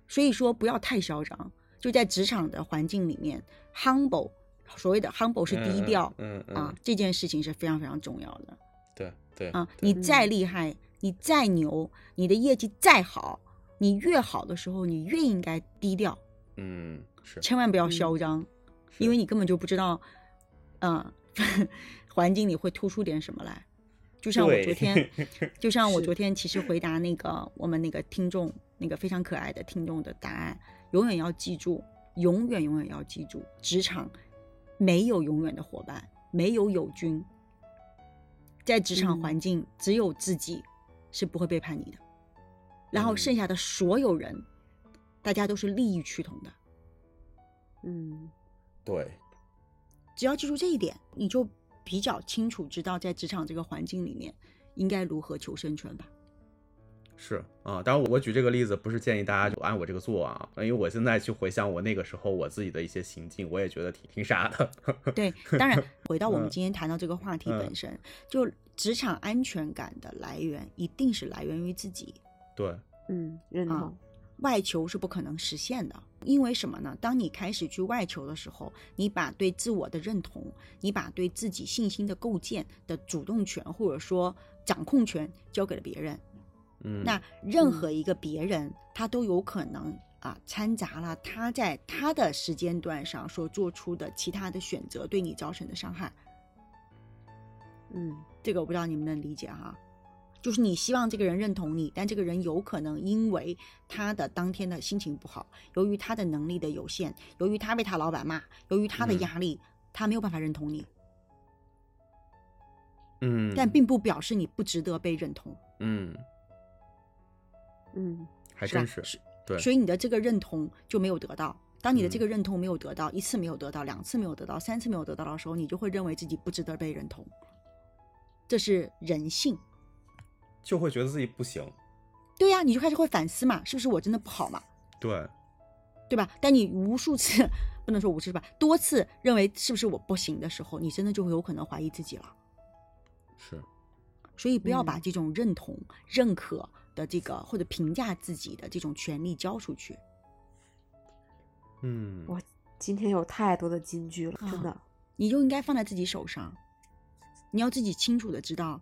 B: 所以说不要太嚣张，就在职场的环境里面，humble，所谓的 humble 是低调、
A: 嗯嗯
B: 啊，这件事情是非常非常重要的
A: 对对
B: 啊。
A: 对
B: 你再厉害，你再牛，你的业绩再好，你越好的时候，你越应该低调，
A: 嗯是
B: 千万不要嚣张，因为你根本就不知道，嗯， 环境里会突出点什么来。就像我
A: 对
B: 昨天，就像我
C: 是
B: 昨天其实回答那个我们那个听众那个非常可爱的听众的答案，永远要记住，永远永远要记住，职场没有永远的伙伴，没有友军，在职场
C: 嗯
B: 环境、只有自己是不会背叛你的，然后
A: 嗯
B: 剩下的所有人，大家都是利益趋同的。
C: 嗯，
A: 对
B: 只要记住这一点，你就比较清楚知道在职场这个环境里面应该如何求生存吧。
A: 是啊、当然我我举这个例子不是建议大家就按我这个做啊，因为我现在去回想我那个时候我自己的一些行径，我也觉得挺挺傻的。
B: 对，当然回到我们
A: 嗯
B: 今天谈到这个话题
A: 嗯
B: 本身，就职场安全感的来源一定是来源于自己，
A: 对，
C: 嗯，认
B: 啊
C: 同。
B: 外求是不可能实现的。因为什么呢？当你开始去外求的时候，你把对自我的认同，你把对自己信心的构建的主动权或者说掌控权交给了别人，
A: 嗯，
B: 那任何一个别人，他都有可能啊掺杂了他在他的时间段上所做出的其他的选择对你造成的伤害。
C: 嗯
B: 这个我不知道你们能理解哈，就是你希望这个人认同你，但这个人有可能因为他的当天的心情不好，由于他的能力的有限，由于他被他老板骂，由于他的
A: 嗯
B: 压力，他没有办法认同你，
A: 嗯，
B: 但并不表示你不值得被认同。
A: 嗯，
C: 嗯
A: 还
B: 吧
A: 真是对，嗯
B: 所以你的这个认同就没有得到。当你的这个认同没有得到，一次没有得到，两次没有得到，三次没有得到的时候，你就会认为自己不值得被认同，这是人性。
A: 就会觉得自己不行。
B: 对呀、你就开始会反思嘛，是不是我真的不好嘛，
A: 对，
B: 对吧？但你无数次， 不能说无数次吧，多次认为是不是我不行的时候，你真的就会有可能怀疑自己了。
A: 是，
B: 所以不要把
C: 嗯
B: 这种认同、认可的这个或者评价自己的这种权利交出去。
A: 嗯，
C: 我今天有太多的金句了，真的
B: 啊。你就应该放在自己手上。你要自己清楚的知道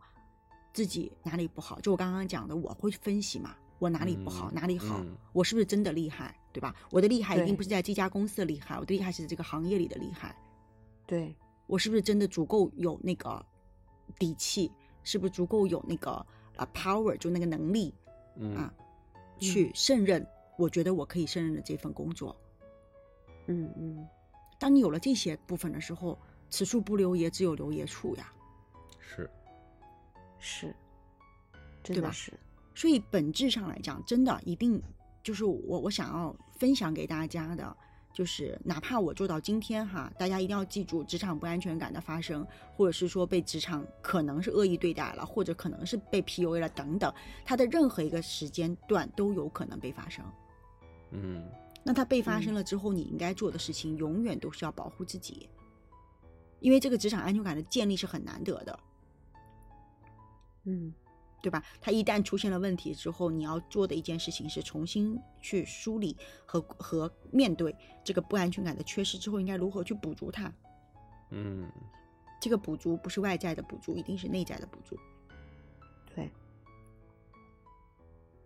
B: 自己哪里不好。就我刚刚讲的，我会分析嘛，我哪里不好，
A: 嗯
B: 哪里好，
A: 嗯
B: 我是不是真的厉害，对吧？我的厉害一定
C: 对
B: 不是在这家公司的厉害，我的厉害是这个行业里的厉害。
C: 对，
B: 我是不是真的足够有那个底气？是不是足够有那个啊 power，就那个能力
A: 嗯
B: 啊去胜任？我觉得我可以胜任的这份工作。
C: 嗯嗯，
B: 当你有了这些部分的时候，此处不留爷，只有留爷处呀。
A: 是，
C: 是，
B: 对
C: 真的
B: 吧
C: 是。
B: 所以本质上来讲，真的一定就是我我想要分享给大家的，就是哪怕我做到今天哈，大家一定要记住，职场不安全感的发生，或者是说被职场可能是恶意对待了，或者可能是被 PUA 了等等，它的任何一个时间段都有可能被发生。
A: 嗯
B: 那它被发生了之后，你应该做的事情永远都是要保护自己，因为这个职场安全感的建立是很难得的。
C: 嗯
B: 对吧？它一旦出现了问题之后，你要做的一件事情是重新去梳理和和面对这个不安全感的缺失之后，应该如何去补足它。
A: 嗯，
B: 这个补足不是外在的补足，一定是内在的补足。
C: 对，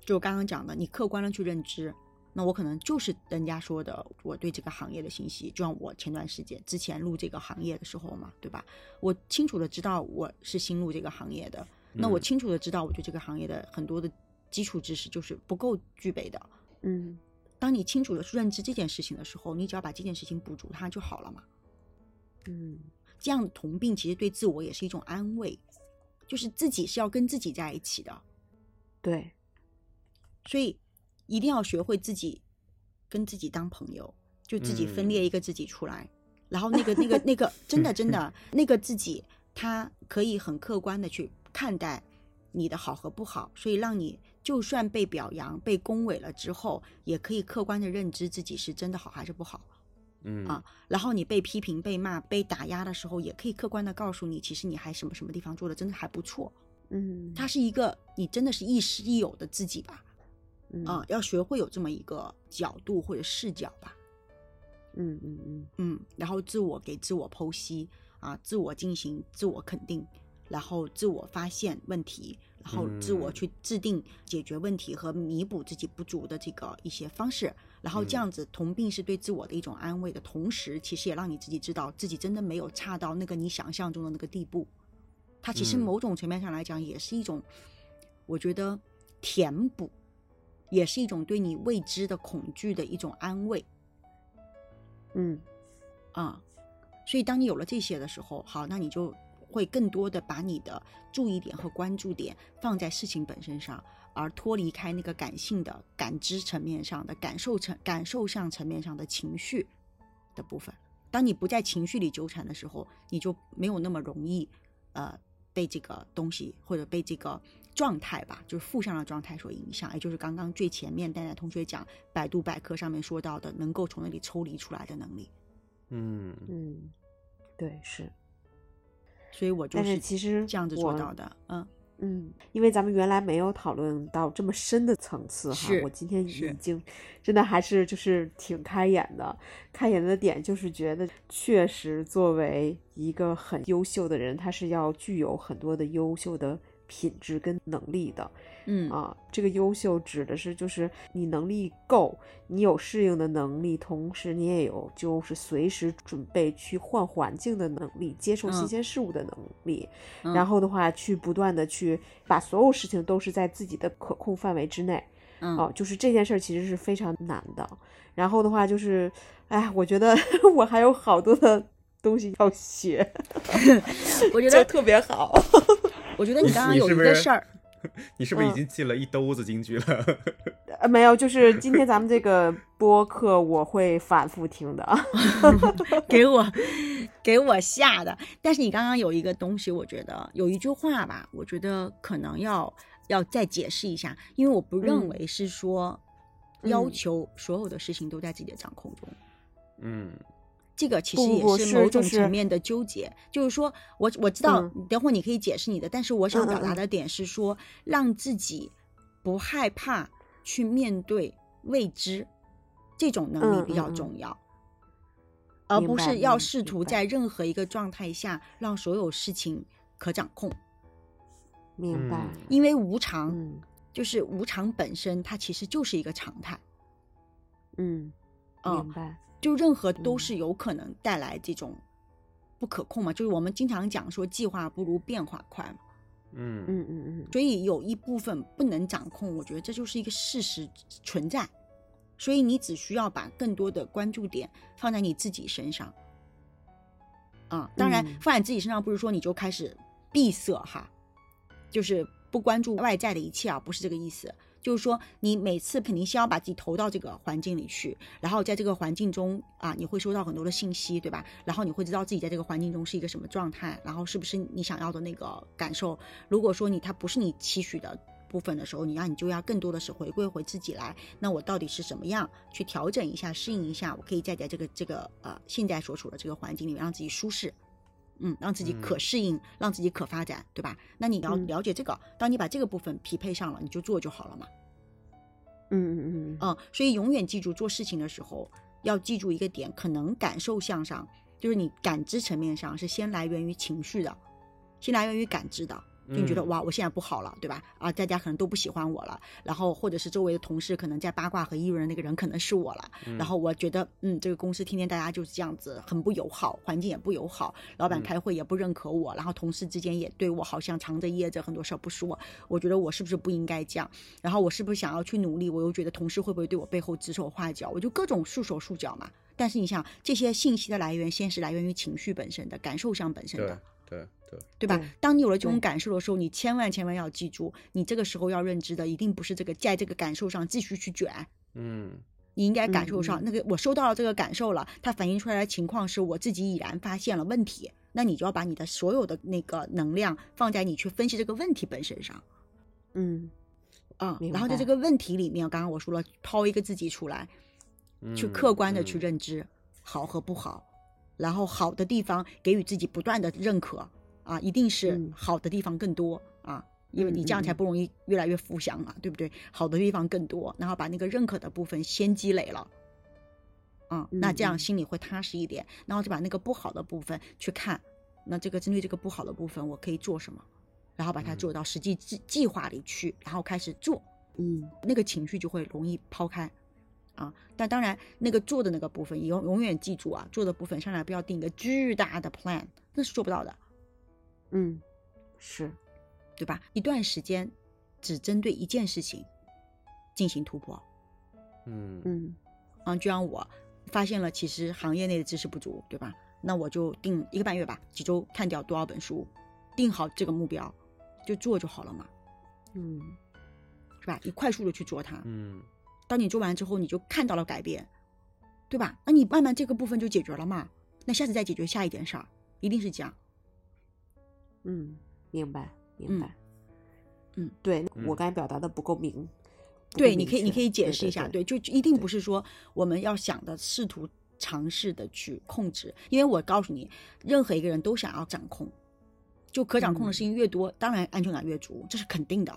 B: 就我刚刚讲的，你客观的去认知，那我可能就是人家说的，我对这个行业的信息，就像我前段时间之前录这个行业的时候嘛，对吧？我清楚的知道我是新入这个行业的，那我
A: 嗯
B: 清楚的知道我对这个行业的很多的基础知识就是不够具备的。
C: 嗯
B: 当你清楚的认知这件事情的时候，你只要把这件事情补足它就好了嘛。
C: 嗯
B: 这样的同病其实对自我也是一种安慰，就是自己是要跟自己在一起的，
C: 对，
B: 所以一定要学会自己跟自己当朋友，就自己分裂
A: 嗯
B: 一个自己出来，然后那个那个那个真的真的那个自己，他可以很客观的去看待你的好和不好，所以让你就算被表扬、被恭维了之后，也可以客观的认知自己是真的好还是不好。
A: 嗯
B: 啊，然后你被批评、被骂、被打压的时候，也可以客观的告诉你，其实你还什么什么地方做的真的还不错。
C: 嗯，
B: 它是一个你真的是亦师亦友的自己吧，
C: 嗯
B: 啊，要学会有这么一个角度或者视角吧，
C: 嗯嗯嗯
B: 嗯，然后自我给自我剖析啊，自我进行自我肯定，然后自我发现问题，然后自我
A: 嗯
B: 去制定解决问题和弥补自己不足的这个一些方式，然后
A: 嗯
B: 这样子同病是对自我的一种安慰的同时，其实也让你自己知道自己真的没有差到那个你想象中的那个地步。它其实
A: 嗯
B: 某种层面上来讲，也是一种，我觉得填补，也是一种对你未知的恐惧的一种安慰。
C: 嗯
B: 啊、所以当你有了这些的时候，好，那你就会更多的把你的注意点和关注点放在事情本身上，而脱离开那个感性的感知层面上的感受层感受上层面上的情绪的部分。当你不在情绪里纠缠的时候，你就没有那么容易，呃，被这个东西或者被这个状态吧，就是负向的状态所影响，也就是刚刚最前面蛋蛋同学讲百度百科上面说到的，能够从那里抽离出来的能力。
A: 嗯
C: 嗯，对，是。
B: 所以我就
C: 但
B: 是
C: 是其实
B: 这样子
C: 我
B: 做到的。嗯，
C: 嗯，因为咱们原来没有讨论到这么深的层次哈
B: 是，
C: 我今天
B: 是
C: 已经真的还是就是挺开眼的，开眼的点就是觉得确实作为一个很优秀的人，他是要具有很多的优秀的品质跟能力的，
B: 嗯
C: 啊，这个优秀指的是就是你能力够，你有适应的能力，同时你也有就是随时准备去换环境的能力，接受
B: 嗯
C: 新鲜事物的能力。
B: 嗯
C: 然后的话，去不断的去把所有事情都是在自己的可控范围之内。
B: 嗯
C: 哦，就是这件事儿其实是非常难的。然后的话就是，哎，我觉得我还有好多的东西要学，
B: 我觉
C: 就
B: 得，
C: 特别好。
B: 我觉得你刚刚有一
A: 是不
B: 个
A: 是
B: 事 儿，
A: 你是不是已
C: 嗯
A: 经记了一兜子京剧了？
C: 呃，没有，就是今天咱们这个播客我会反复听的。
B: 给我给我吓的。但是你刚刚有一个东西，我觉得有一句话吧，我觉得可能要要再解释一下，因为我不认
C: 嗯
B: 为是说要
C: 嗯
B: 求所有的事情都在自己的掌控中。
A: 嗯
B: 这个其
C: 不
B: 实
C: 不
B: 也
C: 不
B: 是
C: 是
B: 某
C: 就
B: 种
C: 是
B: 层面的纠结，就是说我我知道，等会儿你可以解释你的，但是我想
C: 嗯嗯
B: 表达
C: 嗯
B: 的点是说，让自己不害怕去面对未知，这种能力
C: 嗯
B: 比较
C: 嗯嗯
B: 重要，而
C: 明
B: 不
C: 白
B: 是要
C: 明
B: 试图
C: 明白
B: 在任何一个状态下让所有事情可掌控，
C: 明白。
A: 嗯
B: 因为无常、
C: 嗯
B: 就是无常本身，它其实就是一个常态，
C: 嗯，
B: 嗯、
C: 明白。
B: 就任何都
C: 嗯
B: 是有可能带来这种不可控嘛，就是我们经常讲说计划不如变化快嘛，
A: 嗯
C: 嗯嗯
B: 所以有一部分不能掌控，我觉得这就是一个事实存在，所以你只需要把更多的关注点放在你自己身上，啊、当然
C: 嗯
B: 放在自己身上不是说你就开始闭塞哈，就是不关注外在的一切啊，不是这个意思，就是说你每次肯定先要把自己投到这个环境里去，然后在这个环境中啊，你会收到很多的信息，对吧？然后你会知道自己在这个环境中是一个什么状态，然后是不是你想要的那个感受。如果说你它不是你期许的部分的时候，你让你就要更多的是回归回自己来，那我到底是什么样，去调整一下，适应一下，我可以再在这个这个呃现在所处的这个环境里面让自己舒适。嗯，让自己可
A: 嗯
B: 适应，让自己可发展，对吧？那你要
C: 嗯
B: 了解这个，当你把这个部分匹配上了，你就做就好了嘛。
C: 嗯嗯嗯嗯
B: 嗯，所以永远记住做事情的时候要记住一个点，可能感受向上，就是你感知层面上是先来源于情绪的，先来源于感知的。就你觉得
A: 嗯
B: 哇，我现在不好了，对吧？啊，大家可能都不喜欢我了，然后或者是周围的同事可能在八卦和议论那个人可能是我了，
A: 嗯
B: 然后我觉得嗯，这个公司天天大家就是这样子，很不友好，环境也不友好，老板
A: 嗯
B: 开会也不认可我，然后同事之间也对我好像藏着掖着，很多事儿不说，我觉得我是不是不应该这样？然后我是不是想要去努力？我又觉得同事会不会对我背后指手画脚？我就各种束手束脚嘛。但是你想，这些信息的来源先是来源于情绪本身的感受上本身
A: 对
B: 的，
A: 对对，
B: 对吧
C: 对？
B: 当你有了这种
C: 对
B: 感受的时候，你千万千万要记住，你这个时候要认知的一定不是这个在这个感受上继续去卷。
A: 嗯
B: 你应该感受
C: 嗯
B: 上、
C: 嗯
B: 那个，我收到了这个感受了，它反映出来的情况是我自己已然发现了问题，那你就要把你的所有的那个能量放在你去分析这个问题本身上。
C: 嗯
B: 嗯，
C: 明
B: 然后在这个
C: 白
B: 问题里面，刚刚我说了，抛一个自己出来，去
A: 嗯
B: 客观的去
A: 嗯
B: 认知、好和不好，然后好的地方给予自己不断的认可啊，一定是
C: 嗯
B: 好的地方更多啊，因为
C: 嗯
B: 你这样才
C: 嗯嗯
B: 不容易越来越浮想嘛，对不对？好的地方更多，然后把那个认可的部分先积累了。啊，那这
C: 嗯嗯
B: 样心里会踏实一点，然后就把那个不好的部分去看，那这个针对这个不好的部分，我可以做什么，然后把它
A: 嗯
B: 做到实际计计划里去，然后开始做，
C: 嗯
B: 那个情绪就会容易抛开啊。但当然，那个做的那个部分，永永远记住啊，做的部分上来不要定一个巨大的 plan，那是做不到的，
C: 嗯，是，
B: 对吧？一段时间只针对一件事情进行突破
A: 嗯
C: 嗯
B: 啊。就像我发现了，其实行业内的知识不足，对吧？那我就定一个半月吧，几周看掉多少本书，定好这个目标，就做就好了嘛，
C: 嗯
B: 是吧？你快速的去做它，
A: 嗯
B: 当你做完之后，你就看到了改变，对吧？那你慢慢这个部分就解决了嘛。那下次再解决下一件事儿，一定是这样。
C: 嗯，明白明
B: 嗯
C: 白。
B: 嗯，
C: 对我
A: 嗯
C: 刚才表达的不够明，不够
B: 对，你
C: 明
B: 可以，你
C: 确
B: 可以解
C: 对
B: 释
C: 对
B: 一下。
C: 对，
B: 对，就就一定不是说我们要想的试图尝试的去控制，因为我告诉你，任何一个人都想要掌控，就可掌控的
C: 嗯
B: 事情越多，当然安全感越足，这是肯定的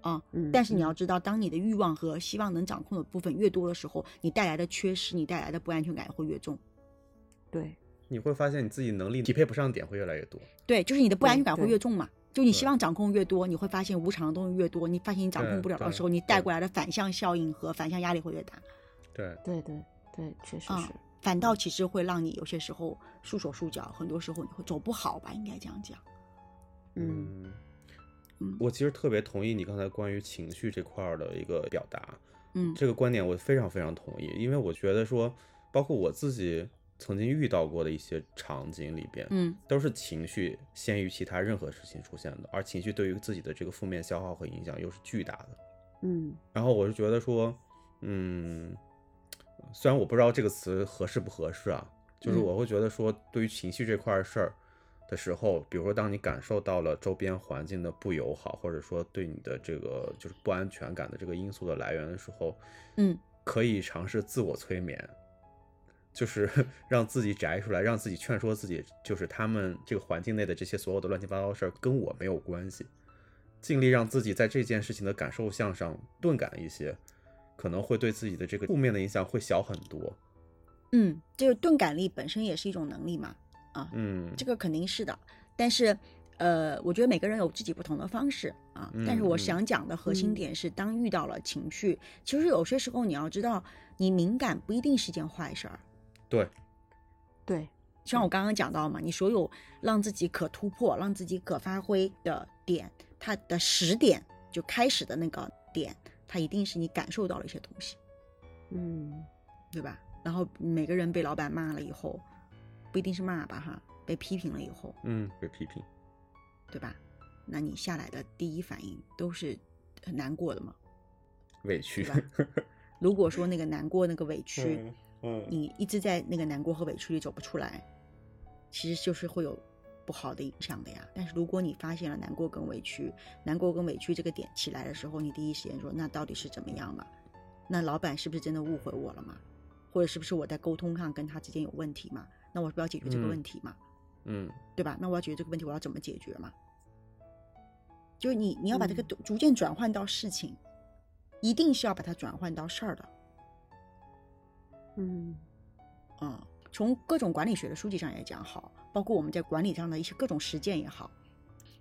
B: 啊。
C: 嗯，
B: 但是你
C: 嗯
B: 要知道，当你的欲望和希望能掌控的部分越多的时候，你带来的缺失，你带来的不安全感也会越重。
C: 对，
A: 你会发现你自己能力匹配不上点会越来越多。
B: 对，就是你的不安
C: 对
B: 全感会
C: 对
B: 越重嘛。就你希
A: 对
B: 望掌控越多，你会发现无常的东西越多，你发现你掌控
A: 对
B: 不了的
A: 对
B: 时候，你带
A: 对
B: 过来的反向效应和反向压力会越大
A: 对，
C: 对对对，确实
B: 啊、
C: 是，
B: 反倒其实会让你有些时候束手束脚，很多时候你会走不好吧，应该这样讲。
C: 嗯
B: 嗯
A: 我其实特别同意你刚才关于情绪这块儿的一个表达，
B: 嗯
A: 这个观点我非常非常同意，因为我觉得说，包括我自己曾经遇到过的一些场景里边，
B: 嗯
A: 都是情绪先于其他任何事情出现的，而情绪对于自己的这个负面消耗和影响又是巨大的。
C: 嗯
A: 然后我是觉得说，嗯，虽然我不知道这个词合适不合适啊，就是
B: 嗯
A: 我会觉得说，对于情绪这块儿事儿的时候，比如说当你感受到了周边环境的不友好，或者说对你的这个就是不安全感的这个因素的来源的时候，
B: 嗯
A: 可以尝试自我催眠，就是 让自己摘出来，让自己劝说自己，就是他们这个环境内的这些所有的乱七八糟的事儿跟我没有关系，尽力让自己在这件事情的感受项上钝感一些，可能会对自己的这个负面的影响会小很多。
B: 嗯，就是钝感力本身也是一种能力嘛，
A: 嗯，
B: 这个肯定是的。但是，呃，我觉得每个人有自己不同的方式啊。但是
A: 嗯
B: 我
A: 嗯
B: 想讲的核心
C: 嗯
B: 点是，当遇到了情绪，其实有些时候你要知道，你敏感不一定是件坏事儿。
A: 对，
C: 对，
B: 就像我刚刚讲到嘛，你所有让自己可突破、让自己可发挥的点，它的始点就开始的那个点，它一定是你感受到了一些东西，
C: 嗯
B: 对吧？然后每个人被老板骂了以后，不一定是骂吧哈，被批评了以后，
A: 嗯，被批评。
B: 对吧？那你下来的第一反应都是很难过的嘛。
A: 委屈，
B: 如果说那个难过、那个委屈，
A: 嗯，
B: 你一直在那个难过和委屈里走不出来，其实就是会有不好的影响的呀。但是如果你发现了难过跟委屈，难过跟委屈这个点起来的时候，你第一时间说那到底是怎么样嘛？那老板是不是真的误会我了嘛？或者是不是我在沟通上跟他之间有问题嘛？那我是不是要解决这个
A: 嗯
B: 问题嘛？
A: 嗯，
B: 对吧？那我要解决这个问题，我要怎么解决嘛？就是你你要把这个
C: 嗯
B: 逐逐渐转换到事情，一定是要把它转换到事儿的。
C: 嗯
B: 嗯，从各种管理学的书籍上也讲好，包括我们在管理上的一些各种实践也好，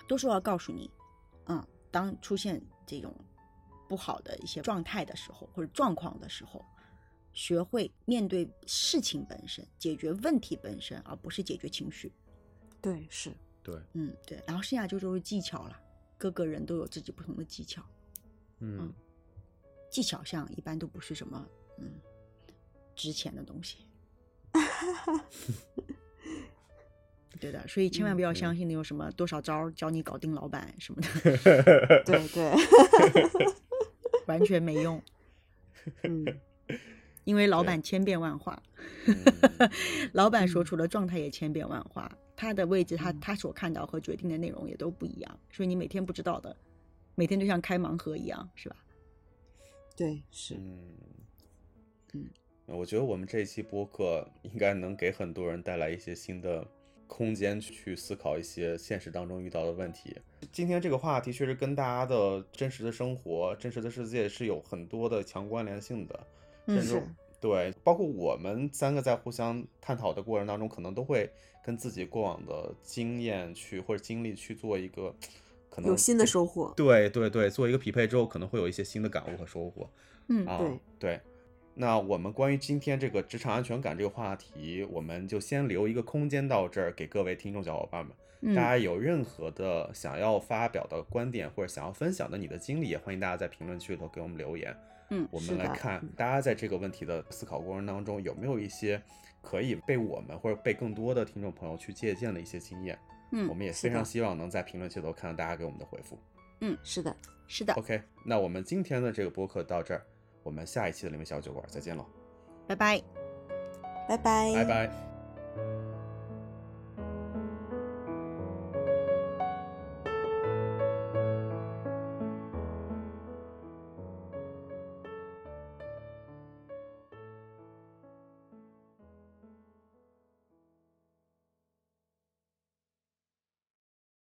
B: 都是要告诉你，嗯，当出现这种不好的一些状态的时候，或者状况的时候，学会面对事情本身，解决问题本身，而不是解决情绪。
C: 对是，
A: 对，
B: 嗯，对。然后剩下就就是技巧了，各个人都有自己不同的技巧，
A: 嗯
B: 嗯，技巧上一般都不是什么嗯值钱的东西。对的，所以
A: 嗯
B: 千万不要相信那种什么多少招儿教你搞定老板什么的，
C: 对对，
B: 完全没用，
C: 嗯
B: 因为老
A: 对
B: 板千变万化，
A: 嗯
B: 老板所
C: 嗯
B: 处的状态也千变万化，他的位置他
C: 嗯
B: 他所看到和决定的内容也都不一样，所以你每天不知道的，每天就像开盲盒一样，是吧？
C: 对，是，
A: 嗯
C: 嗯，
A: 我觉得我们这一期播客应该能给很多人带来一些新的空间，去思考一些现实当中遇到的问题。今天这个话题确实跟大家的真实的生活、真实的世界是有很多的强关联性的，甚
B: 嗯
A: 至、
C: 是
A: 对，包括我们三个在互相探讨的过程当中，可能都会跟自己过往的经验去或者经历去做一个可能
C: 有新的收获。
A: 对对对，做一个匹配之后，可能会有一些新的感悟和收获。
B: 嗯
A: 啊，
C: 对
A: 对。那我们关于今天这个职场安全感这个话题，我们就先留一个空间到这儿给各位听众小伙伴们。
B: 嗯
A: 大，家有任何的想要发表的观点或者想要分享的你的经历，也欢迎大家在评论区里头给我们留言。
B: 嗯
A: 我
C: 是
A: 们来
C: 的
A: 看
C: 嗯
A: 大家在这个问题的思考过程当中有没有一些可以被我们或者被更多的听众朋友去借鉴的一些经验。我
B: 嗯
A: 们也
C: 是
A: 非
C: 的
A: 常希望能在评论区里头看到大家给我们的回复。
C: 是的，
B: 是的，
A: OK，那我们今天的这个播客到这儿，我们下一期的灵媒小酒馆再见喽，
B: 拜拜。
C: 拜拜，
A: 拜拜。